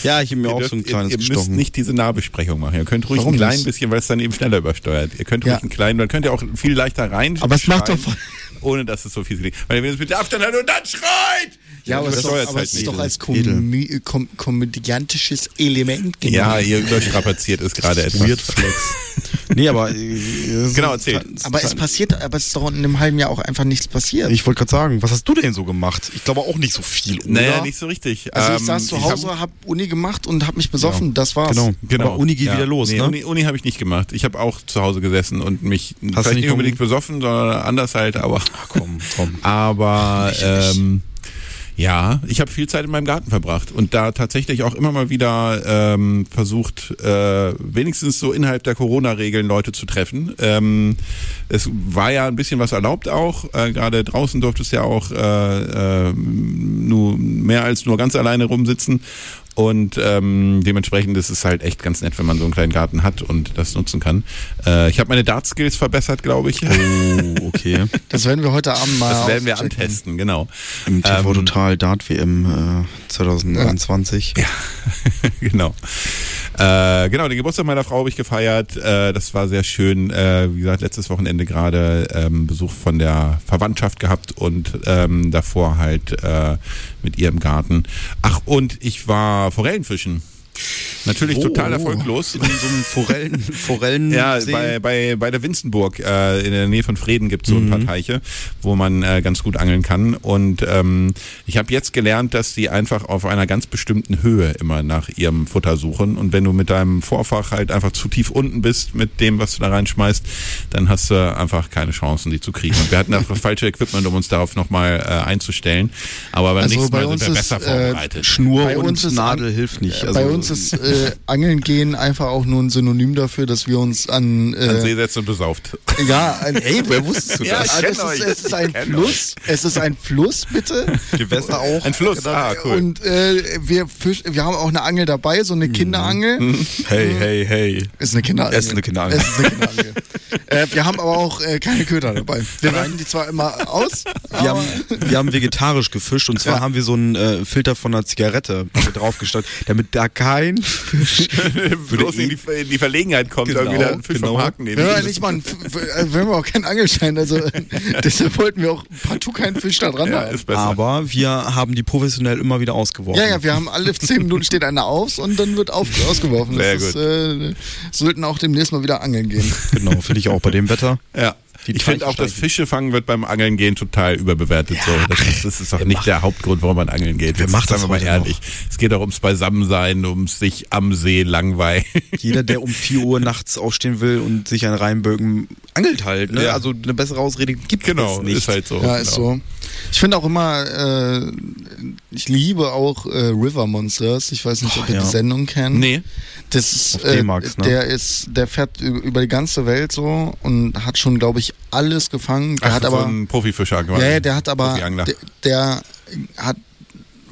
Speaker 2: Ja, ich habe mir
Speaker 1: Ihr,
Speaker 2: auch
Speaker 1: dürft,
Speaker 2: so ein
Speaker 1: ihr,
Speaker 2: kleines
Speaker 1: ihr müsst
Speaker 2: gestochen.
Speaker 1: nicht diese Nahbesprechung machen. Ihr könnt ruhig
Speaker 3: Warum
Speaker 1: ein klein
Speaker 3: nicht?
Speaker 1: bisschen, weil es dann eben schneller übersteuert. Ihr könnt
Speaker 3: Ja.
Speaker 1: ruhig ein klein, dann könnt ihr auch viel leichter rein.
Speaker 3: Aber es macht doch
Speaker 1: schreien, Ohne dass es so viel klingt. Weil wenn ihr es mit der After und dann schreit! Übersteuert's halt nicht.
Speaker 2: edel.
Speaker 3: komödiantisches kom komödiantisches Element
Speaker 1: Ja, ihr überstrapaziert ist gerade etwas.
Speaker 2: Weird Flex. nee, aber. äh,
Speaker 1: Genau, erzählt.
Speaker 3: Aber es passiert, aber es ist doch in einem halben Jahr auch einfach nichts passiert.
Speaker 2: Ich wollte gerade sagen, was hast du denn so gemacht? Ich glaube auch nicht so viel, oder?
Speaker 1: Naja, nicht so richtig.
Speaker 3: also ich
Speaker 1: Ähm,
Speaker 3: saß zu Hause,
Speaker 1: hab-
Speaker 3: hab, Uni gemacht und hab mich besoffen, das war's.
Speaker 2: Genau.
Speaker 1: Genau.
Speaker 2: Aber Uni geht wieder los,
Speaker 1: nee,
Speaker 2: ne?
Speaker 1: Uni, Uni habe ich nicht gemacht. Ich habe auch zu Hause gesessen und mich vielleicht
Speaker 2: nicht um-
Speaker 1: nicht unbedingt besoffen, sondern anders halt, aber.
Speaker 2: Komm, komm.
Speaker 1: Aber ähm, ja, ich habe viel Zeit in meinem Garten verbracht und da tatsächlich auch immer mal wieder ähm, versucht, äh, wenigstens so innerhalb der Corona-Regeln Leute zu treffen. Ähm, es war ja ein bisschen was erlaubt auch. Äh, Gerade draußen durfte es ja auch äh, äh, nur mehr als nur ganz alleine rumsitzen. Und ähm, dementsprechend ist es halt echt ganz nett, wenn man so einen kleinen Garten hat und das nutzen kann. Äh, ich habe meine Dart-Skills verbessert, glaube ich.
Speaker 2: Oh, okay.
Speaker 3: Das werden wir heute Abend mal.
Speaker 1: Das werden wir
Speaker 3: auschecken.
Speaker 1: antesten, genau.
Speaker 2: Im TV
Speaker 1: Ähm,
Speaker 2: Total Dart WM äh, 2021.
Speaker 1: genau. Äh, genau, den Geburtstag meiner Frau habe ich gefeiert. Äh, das war sehr schön. Äh, wie gesagt, letztes Wochenende gerade ähm, Besuch von der Verwandtschaft gehabt und ähm, davor halt äh, mit ihr im Garten. Ach, und ich war Forellenfischen. Natürlich
Speaker 2: Oh.
Speaker 1: total erfolglos.
Speaker 2: In so einem Forellen,
Speaker 3: Mhm.
Speaker 2: Forellen
Speaker 1: Ja, bei, bei, bei der Winzenburg äh, in der Nähe von Freden gibt's so ein
Speaker 3: Mhm.
Speaker 1: paar Teiche, wo man äh, ganz gut angeln kann. Und ähm, ich habe jetzt gelernt, dass die einfach auf einer ganz bestimmten Höhe immer nach ihrem Futter suchen. Und wenn du mit deinem Vorfach halt einfach zu tief unten bist mit dem, was du da reinschmeißt, dann hast du einfach keine Chancen, die zu kriegen. Und wir hatten einfach das falsche Equipment, um uns darauf nochmal äh, einzustellen. Aber beim
Speaker 3: Also
Speaker 1: nächsten
Speaker 3: bei
Speaker 1: Mal sind
Speaker 3: uns
Speaker 1: wir besser
Speaker 3: ist, äh,
Speaker 1: vorbereitet.
Speaker 2: Schnur
Speaker 3: Bei
Speaker 2: und
Speaker 3: uns ist
Speaker 2: Nadel
Speaker 3: an-
Speaker 2: hilft nicht.
Speaker 1: Also
Speaker 3: Bei uns ist äh, Angeln gehen einfach auch nur ein Synonym dafür, dass wir uns an. Äh,
Speaker 1: An See setzt und besauft.
Speaker 3: ja, ein, ey, wer wusstest du
Speaker 1: Ja,
Speaker 3: das?
Speaker 1: ich kenn
Speaker 3: es, ist,
Speaker 1: euch.
Speaker 3: es ist ein
Speaker 1: Ich kenn
Speaker 3: Fluss. Es ist ein Fluss, bitte.
Speaker 2: Gewässer auch.
Speaker 1: Ein Fluss, ah, cool.
Speaker 3: Und äh, wir, fisch, wir haben auch eine Angel dabei, so eine Kinderangel.
Speaker 2: Hey, hey, hey.
Speaker 3: Ist eine Kinderangel.
Speaker 2: Es ist eine Kinderangel.
Speaker 3: Es ist eine Kinderangel. äh, wir haben aber auch äh, keine Köder dabei. Wir reichen die zwar immer aus,
Speaker 2: Wir
Speaker 3: aber
Speaker 2: haben, wir haben vegetarisch gefischt und zwar haben wir so einen äh, Filter von einer Zigarette mit draufgestellt, damit da kein Fisch
Speaker 1: Bloß in die, in die Verlegenheit kommt,
Speaker 2: E- Genau,
Speaker 1: irgendwie da einen Fisch
Speaker 2: genau.
Speaker 1: vom Haken nehmen.
Speaker 3: wenn wir nicht mal einen, F- F- äh, wenn wir auch keinen Angelschein, also äh, deshalb wollten wir auch partout keinen Fisch da dran
Speaker 1: Ja,
Speaker 3: haben.
Speaker 1: ist besser.
Speaker 2: Aber wir haben die professionell immer wieder ausgeworfen.
Speaker 3: Ja, ja, wir haben alle zehn Minuten steht einer aus und dann wird auf, ausgeworfen.
Speaker 1: Sehr
Speaker 3: das
Speaker 1: gut.
Speaker 3: Ist, äh, sollten auch demnächst mal wieder angeln gehen.
Speaker 2: Genau, finde ich auch bei dem Wetter.
Speaker 1: Ja.
Speaker 2: Die
Speaker 1: ich finde auch, dass
Speaker 2: Teichsteife.
Speaker 1: Fische fangen wird beim Angeln gehen total überbewertet. So. Das, ist, das ist auch nicht der Hauptgrund, warum man angeln geht.
Speaker 2: Wer
Speaker 1: Jetzt
Speaker 2: macht das
Speaker 1: sagen wir mal
Speaker 2: heute
Speaker 1: ehrlich. Es geht auch ums Beisammensein, ums sich am See langweilen.
Speaker 2: Jeder, der um 4 Uhr nachts aufstehen will und sich einen reinbögen, angelt halt. Ne?
Speaker 1: Ja.
Speaker 2: Also eine bessere Ausrede gibt
Speaker 1: genau,
Speaker 2: es nicht.
Speaker 1: ist halt so.
Speaker 3: Ja, ist
Speaker 1: genau.
Speaker 3: so. Ich finde auch immer, äh, ich liebe auch äh, River Monsters. Ich weiß nicht, ob ihr
Speaker 2: ja.
Speaker 3: die Sendung kennt.
Speaker 1: Nee,
Speaker 3: Das ist,
Speaker 2: Auf
Speaker 3: äh,
Speaker 2: D-Max, ne?
Speaker 3: der ist, der fährt ü- über die ganze Welt so und hat schon, glaube ich, alles gefangen. Der
Speaker 1: Ach,
Speaker 3: hat
Speaker 1: so
Speaker 3: aber,
Speaker 1: ein Profifischer
Speaker 3: ja,
Speaker 1: quasi.
Speaker 3: ja, der hat aber,
Speaker 1: Profiangler.
Speaker 3: der, der hat,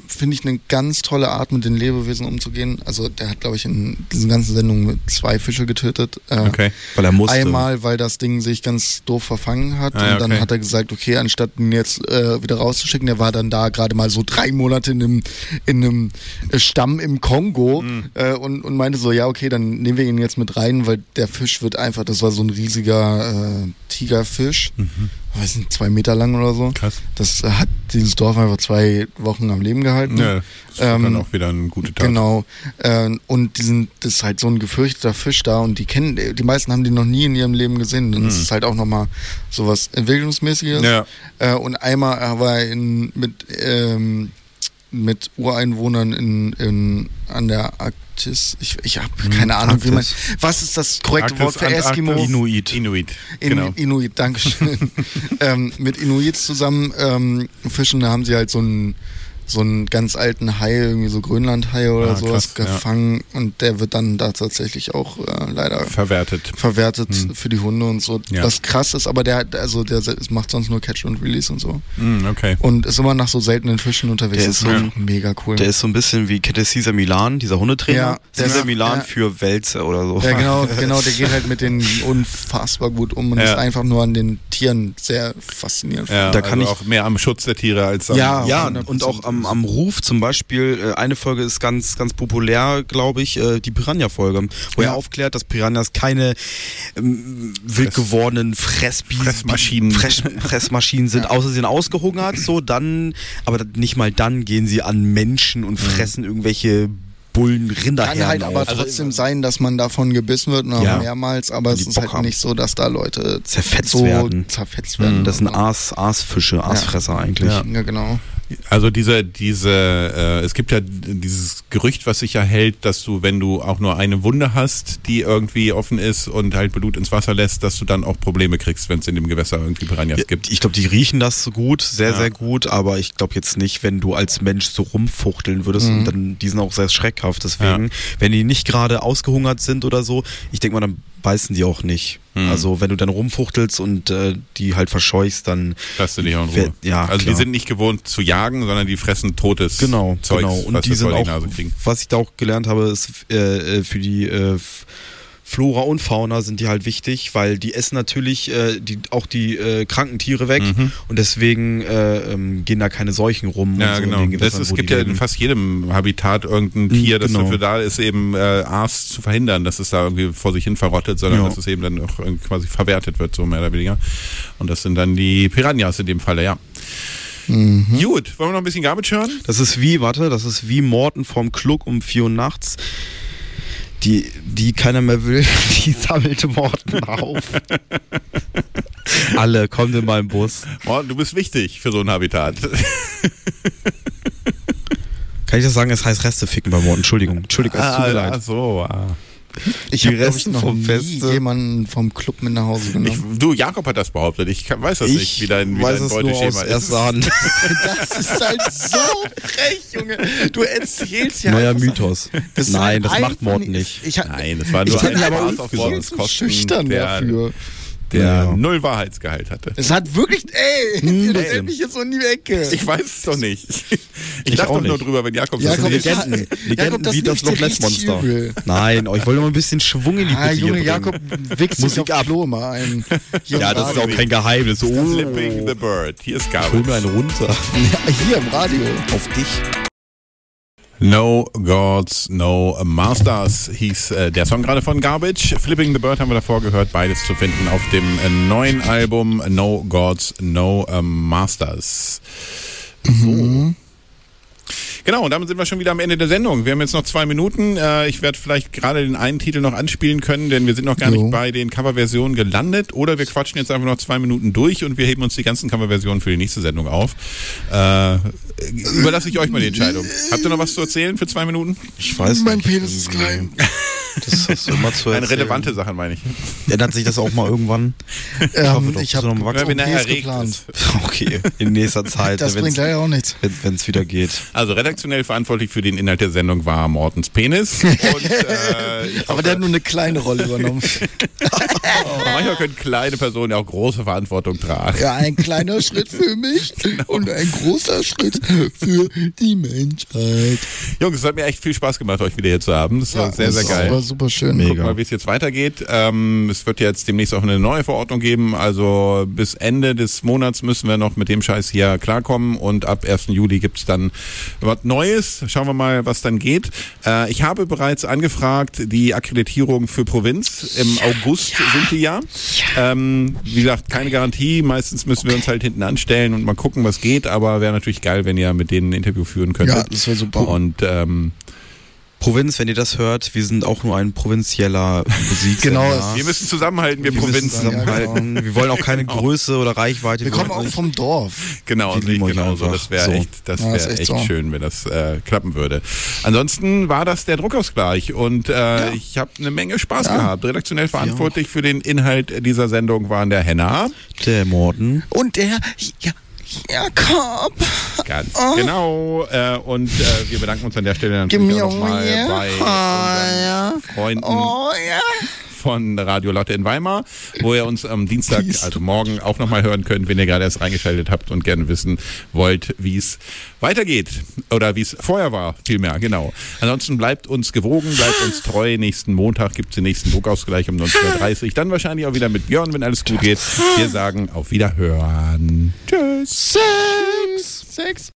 Speaker 3: finde ich, eine ganz tolle Art, mit den Lebewesen umzugehen. Also der hat, glaube ich, in diesen ganzen Sendungen mit zwei Fische getötet. Äh,
Speaker 1: Okay.
Speaker 2: Weil er musste.
Speaker 3: Einmal, weil das Ding sich ganz doof verfangen hat
Speaker 1: Ah, ja,
Speaker 3: und dann
Speaker 1: okay.
Speaker 3: hat er gesagt, okay, anstatt ihn jetzt äh, wieder rauszuschicken, der war dann da gerade mal so drei Monate in einem, in einem äh, Stamm im Kongo
Speaker 1: Mhm.
Speaker 3: äh, und, und meinte so, ja, okay, dann nehmen wir ihn jetzt mit rein, weil der Fisch wird einfach, das war so ein riesiger äh, Tigerfisch, weiß nicht, zwei Meter lang oder so.
Speaker 1: Mhm. Krass.
Speaker 3: Das hat dieses Dorf einfach zwei Wochen am Leben gehalten.
Speaker 1: Ja, das ist dann
Speaker 3: Ähm,
Speaker 1: auch wieder eine gute Tat.
Speaker 3: Genau. Ähm, und die sind, das ist halt so ein gefürchteter Fisch da und die kennen, die meisten haben den noch nie in ihrem Leben gesehen. Dann ist es halt auch nochmal sowas Entwicklungsmäßiges.
Speaker 1: Mhm. Ja.
Speaker 3: Äh, und einmal er war in, mit, ähm, mit Ureinwohnern in, in, an der Arktis. Ich, ich habe keine Ahnung, wie man.
Speaker 2: Arktis.
Speaker 3: Was ist das korrekte Wort für
Speaker 1: Hm, Antarktis,
Speaker 3: Eskimo?
Speaker 2: Inuit.
Speaker 1: Inuit.
Speaker 3: In,
Speaker 1: genau.
Speaker 3: Inuit, Dankeschön. ähm, mit Inuits zusammen ähm, fischen, da haben sie halt so einen so einen ganz alten Hai, irgendwie so Grönlandhai oder
Speaker 1: Ah,
Speaker 3: sowas
Speaker 1: krass, ja.
Speaker 3: gefangen und der wird dann da tatsächlich auch äh, leider
Speaker 1: Verwertet.
Speaker 3: verwertet für die Hunde und so.
Speaker 1: Hm. Ja.
Speaker 3: Was krass ist, aber der hat- also der se- macht sonst nur Catch und Release und so
Speaker 1: Hm, okay.
Speaker 3: und ist immer nach so seltenen Fischen unterwegs.
Speaker 2: Der
Speaker 3: das
Speaker 2: ist so
Speaker 3: auch
Speaker 2: ein-
Speaker 3: mega cool.
Speaker 2: Der ist so ein bisschen wie, kennt ihr Caesar Milan, dieser Hundetrainer?
Speaker 3: Ja, der
Speaker 2: Caesar
Speaker 3: ist-
Speaker 2: Milan
Speaker 3: ja.
Speaker 2: für Wälzer oder so.
Speaker 3: ja, genau, genau, der geht halt mit denen unfassbar gut um und
Speaker 1: Ja.
Speaker 3: ist einfach nur an den Tieren sehr faszinierend.
Speaker 1: Ja,
Speaker 2: Da kann
Speaker 1: also
Speaker 2: ich-
Speaker 1: auch mehr am Schutz der Tiere als am
Speaker 3: Ja.
Speaker 2: Ja,
Speaker 3: 100%.
Speaker 2: und auch am, am Ruf zum Beispiel, äh, eine Folge ist ganz, ganz populär, glaube ich, äh, die Piranha-Folge, wo
Speaker 3: Ja.
Speaker 2: er aufklärt, dass Piranhas keine ähm, wild gewordenen Fressbies,
Speaker 1: Fressmaschinen.
Speaker 2: Fress, Fressmaschinen sind, außer sie sind ausgehungert, so dann, aber nicht mal dann gehen sie an Menschen und fressen irgendwelche Bullen, Rinderherden
Speaker 3: Kann halt Mhm. aber
Speaker 2: auf.
Speaker 3: trotzdem sein, dass man davon gebissen wird, noch
Speaker 2: also Ja.
Speaker 3: mehrmals, aber es
Speaker 2: die
Speaker 3: ist
Speaker 2: Bock
Speaker 3: halt
Speaker 2: haben.
Speaker 3: nicht so, dass da Leute
Speaker 2: Zerfetzt
Speaker 3: so
Speaker 2: werden. Mhm.
Speaker 3: zerfetzt werden.
Speaker 2: Das sind Aas, Aasfische, Aasfresser eigentlich.
Speaker 3: ja. ja, genau.
Speaker 1: Also diese, diese, äh, es gibt ja dieses Gerücht, was sich ja hält, dass du, wenn du auch nur eine Wunde hast, die irgendwie offen ist und halt Blut ins Wasser lässt, dass du dann auch Probleme kriegst, wenn es in dem Gewässer irgendwie Piranhas gibt.
Speaker 2: Ich glaube, die riechen das so gut, sehr,
Speaker 1: Ja.
Speaker 2: sehr gut, aber ich glaube jetzt nicht, wenn du als Mensch so rumfuchteln würdest
Speaker 1: Mhm.
Speaker 2: und dann, die sind auch sehr schreckhaft. Deswegen, wenn die nicht gerade ausgehungert sind oder so, ich denke mal, dann beißen die auch nicht.
Speaker 1: Mhm.
Speaker 2: Also, wenn du dann rumfuchtelst und äh, die halt verscheuchst, dann.
Speaker 1: Lass du dich auch in
Speaker 2: Wer-
Speaker 1: Ruhe.
Speaker 2: ja,
Speaker 1: also
Speaker 2: klar.
Speaker 1: die sind nicht gewohnt zu jagen, sondern die fressen totes
Speaker 2: Genau,
Speaker 1: Zeugs,
Speaker 2: genau.
Speaker 1: was
Speaker 2: Und die
Speaker 1: sie
Speaker 2: sind
Speaker 1: vor
Speaker 2: auch,
Speaker 1: die Nase kriegen.
Speaker 2: was ich da auch gelernt habe, ist äh, äh, für die äh, F- Flora und Fauna sind die halt wichtig, weil die essen natürlich äh, die, auch die äh, kranken Tiere weg
Speaker 1: Mhm.
Speaker 2: und deswegen äh, ähm, gehen da keine Seuchen rum. und
Speaker 1: Ja,
Speaker 2: so
Speaker 1: genau.
Speaker 2: In den
Speaker 1: Das,
Speaker 2: Gewässern,
Speaker 1: es
Speaker 2: wo
Speaker 1: gibt
Speaker 2: die
Speaker 1: ja in
Speaker 2: leben.
Speaker 1: fast jedem Habitat irgendein Tier, das
Speaker 2: genau.
Speaker 1: dafür da ist, eben äh, Aas zu verhindern, dass es da irgendwie vor sich hin verrottet, sondern
Speaker 2: Ja.
Speaker 1: dass es eben dann auch irgendwie quasi verwertet wird, so mehr oder weniger. Und das sind dann die Piranhas in dem Falle, ja. Gut, wollen wir noch ein bisschen Garbage hören?
Speaker 2: Das ist wie, warte, das ist wie Morten vom Klug um 4 Uhr nachts. Die, die keiner mehr will, die sammelte Morten auf. Alle, kommt in meinen Bus.
Speaker 1: Oh, du bist wichtig für so ein Habitat.
Speaker 2: Kann ich das sagen? Es heißt Reste ficken bei Mord. Entschuldigung. Entschuldigung, es tut mir
Speaker 1: Ach
Speaker 2: leid.
Speaker 1: so, ah.
Speaker 3: Ich
Speaker 2: Die
Speaker 3: habe ich,
Speaker 2: Resten
Speaker 3: noch
Speaker 2: vom
Speaker 3: nie
Speaker 2: Feste.
Speaker 3: jemanden vom Club mit nach Hause
Speaker 1: ich,
Speaker 3: genommen.
Speaker 1: Du, Jakob hat das behauptet. Ich kann, weiß das nicht, wie dein, wie dein Beuteschema ist.
Speaker 2: Hand.
Speaker 3: das ist halt so frech, Junge. Du erzählst ja
Speaker 2: Neuer
Speaker 3: einfach Sachen.
Speaker 2: Mythos.
Speaker 3: Das ist
Speaker 2: Nein,
Speaker 3: halt
Speaker 2: das
Speaker 3: einfach
Speaker 2: macht Mord nicht.
Speaker 3: Ich, ich,
Speaker 1: Nein, das war
Speaker 3: ich
Speaker 1: nur
Speaker 3: bin
Speaker 1: ein
Speaker 3: aber
Speaker 1: Spaß auf
Speaker 3: viel
Speaker 1: Mortens
Speaker 3: zu
Speaker 1: Kosten,
Speaker 3: schüchtern
Speaker 1: der-
Speaker 3: dafür.
Speaker 1: Der
Speaker 2: Ja.
Speaker 1: null Wahrheitsgehalt hatte.
Speaker 3: Es hat wirklich, ey, ihr stellt
Speaker 2: bisschen.
Speaker 3: mich jetzt so in die Ecke.
Speaker 1: Ich weiß es doch nicht. Ich,
Speaker 2: Ich
Speaker 1: dachte
Speaker 2: auch
Speaker 1: doch nur
Speaker 2: nicht.
Speaker 1: drüber, wenn Jakob
Speaker 3: Jakob,
Speaker 1: das
Speaker 3: ich-
Speaker 1: erzählt.
Speaker 2: Legenden.
Speaker 3: Jakob,
Speaker 2: Legenden
Speaker 3: das
Speaker 2: wie das
Speaker 3: nimmt dir
Speaker 2: Loch-Nett-Monster.
Speaker 3: richtig übel.
Speaker 2: Nein, oh, ich wollte mal ein bisschen Schwung in die
Speaker 3: Ah,
Speaker 2: Mitte hier
Speaker 3: Junge
Speaker 2: bringen.
Speaker 3: Jakob wichst
Speaker 2: Musik
Speaker 3: sich auf
Speaker 2: ab.
Speaker 3: Klo mal ein. Hier
Speaker 2: Ja,
Speaker 3: im
Speaker 2: das ist
Speaker 3: Radio.
Speaker 2: auch kein Geheimnis. Oh,
Speaker 1: Flipping the Bird. Hier ist
Speaker 2: hol
Speaker 1: Garbage.
Speaker 2: mir einen runter.
Speaker 3: Hier im Radio.
Speaker 2: Auf dich.
Speaker 1: No Gods, No Masters hieß äh, der Song gerade von Garbage. Flipping the Bird haben wir davor gehört, beides zu finden auf dem äh, neuen Album No ähm, Gods, No äh, Masters. So. Genau, und damit sind wir schon wieder am Ende der Sendung. Wir haben jetzt noch zwei Minuten. Äh, ich werde vielleicht gerade den einen Titel noch anspielen können, denn wir sind noch gar
Speaker 3: Jo.
Speaker 1: nicht bei den Coverversionen gelandet. Oder wir quatschen jetzt einfach noch zwei Minuten durch und wir heben uns die ganzen Coverversionen für die nächste Sendung auf. Äh, überlasse ich euch mal die Entscheidung. Habt ihr noch was zu erzählen für zwei Minuten?
Speaker 2: Ich weiß
Speaker 3: Mein
Speaker 2: nicht.
Speaker 3: Penis ist klein.
Speaker 2: Das hast du immer zu
Speaker 1: Eine
Speaker 2: erzählen.
Speaker 1: relevante Sache, meine ich.
Speaker 2: Ändert sich das auch mal irgendwann?
Speaker 3: Ähm,
Speaker 2: doch,
Speaker 3: ich
Speaker 2: so
Speaker 3: habe
Speaker 2: einem Wachs-
Speaker 1: Wenn er
Speaker 3: OPs
Speaker 1: erregt
Speaker 3: geplant.
Speaker 1: ist.
Speaker 2: Okay, in nächster Zeit,
Speaker 3: Das bringt
Speaker 2: wenn
Speaker 3: leider auch nichts.
Speaker 2: es wieder geht.
Speaker 1: Also redaktionell verantwortlich für den Inhalt der Sendung war Mortens Penis. Und äh, ich
Speaker 3: Aber der hat nur eine kleine Rolle übernommen.
Speaker 1: Manchmal können kleine Personen ja auch große Verantwortung tragen.
Speaker 3: Ja, ein kleiner Schritt für mich
Speaker 2: Genau.
Speaker 3: und ein großer Schritt für die Menschheit.
Speaker 1: Jungs, es hat mir echt viel Spaß gemacht, euch wieder hier zu haben. Das war sehr, sehr geil.
Speaker 3: War super schön.
Speaker 1: Gucken mal, wie es jetzt weitergeht. Ähm, es wird jetzt demnächst auch eine neue Verordnung geben. Also bis Ende des Monats müssen wir noch mit dem Scheiß hier klarkommen und ab 1. Juli gibt's dann was Neues. Schauen wir mal, was dann geht. Äh, ich habe bereits angefragt, die Akkreditierung für Provinz. Im August sind die ja. Ähm, wie gesagt, keine Garantie. Meistens müssen wir uns halt hinten anstellen und mal gucken, was geht. Aber wäre natürlich geil, wenn ihr mit denen ein Interview führen könntet.
Speaker 3: Ja, das wäre super.
Speaker 1: Und ähm,
Speaker 2: Provinz, wenn ihr das hört, wir sind auch nur ein provinzieller Musik.
Speaker 3: Genau, es-
Speaker 1: wir müssen zusammenhalten, wir,
Speaker 2: Wir müssen
Speaker 1: Provinzen.
Speaker 2: zusammenhalten. halt. Wir wollen auch keine Größe oder Reichweite.
Speaker 3: genau. Wir kommen auch
Speaker 2: wollen-
Speaker 3: vom Dorf.
Speaker 1: Genau,
Speaker 2: Die
Speaker 1: sehe ich
Speaker 2: lieben euch
Speaker 1: genauso.
Speaker 2: einfach.
Speaker 1: Das wäre
Speaker 2: So.
Speaker 1: echt, das
Speaker 3: Ja,
Speaker 1: wär
Speaker 3: ist echt
Speaker 1: echt
Speaker 3: so.
Speaker 1: schön, wenn das äh, klappen würde. Ansonsten war das der Druckausgleich und äh, ich habe eine Menge Spaß gehabt. Redaktionell verantwortlich für den Inhalt dieser Sendung waren der Henna.
Speaker 2: Der Morten.
Speaker 4: Und der ja, Jakob.
Speaker 1: Ganz
Speaker 4: Oh.
Speaker 1: genau. Äh, und äh, wir bedanken uns an der Stelle
Speaker 3: Give
Speaker 1: natürlich
Speaker 3: me
Speaker 1: auch
Speaker 3: all
Speaker 1: nochmal
Speaker 3: yeah.
Speaker 1: bei unseren Freunden
Speaker 4: Oh ja.
Speaker 1: von Radio Lotte in Weimar, wo ihr uns am Dienstag, also morgen, auch nochmal hören könnt, wenn ihr gerade erst reingeschaltet habt und gerne wissen wollt, wie es weitergeht oder wie es vorher war, vielmehr, genau. Ansonsten bleibt uns gewogen, bleibt uns treu. Nächsten Montag gibt es den nächsten Druckausgleich um 19.30 Uhr. Dann wahrscheinlich auch wieder mit Björn, wenn alles gut geht. Wir sagen auf Wiederhören. Tschüss.
Speaker 3: Sex! Sex!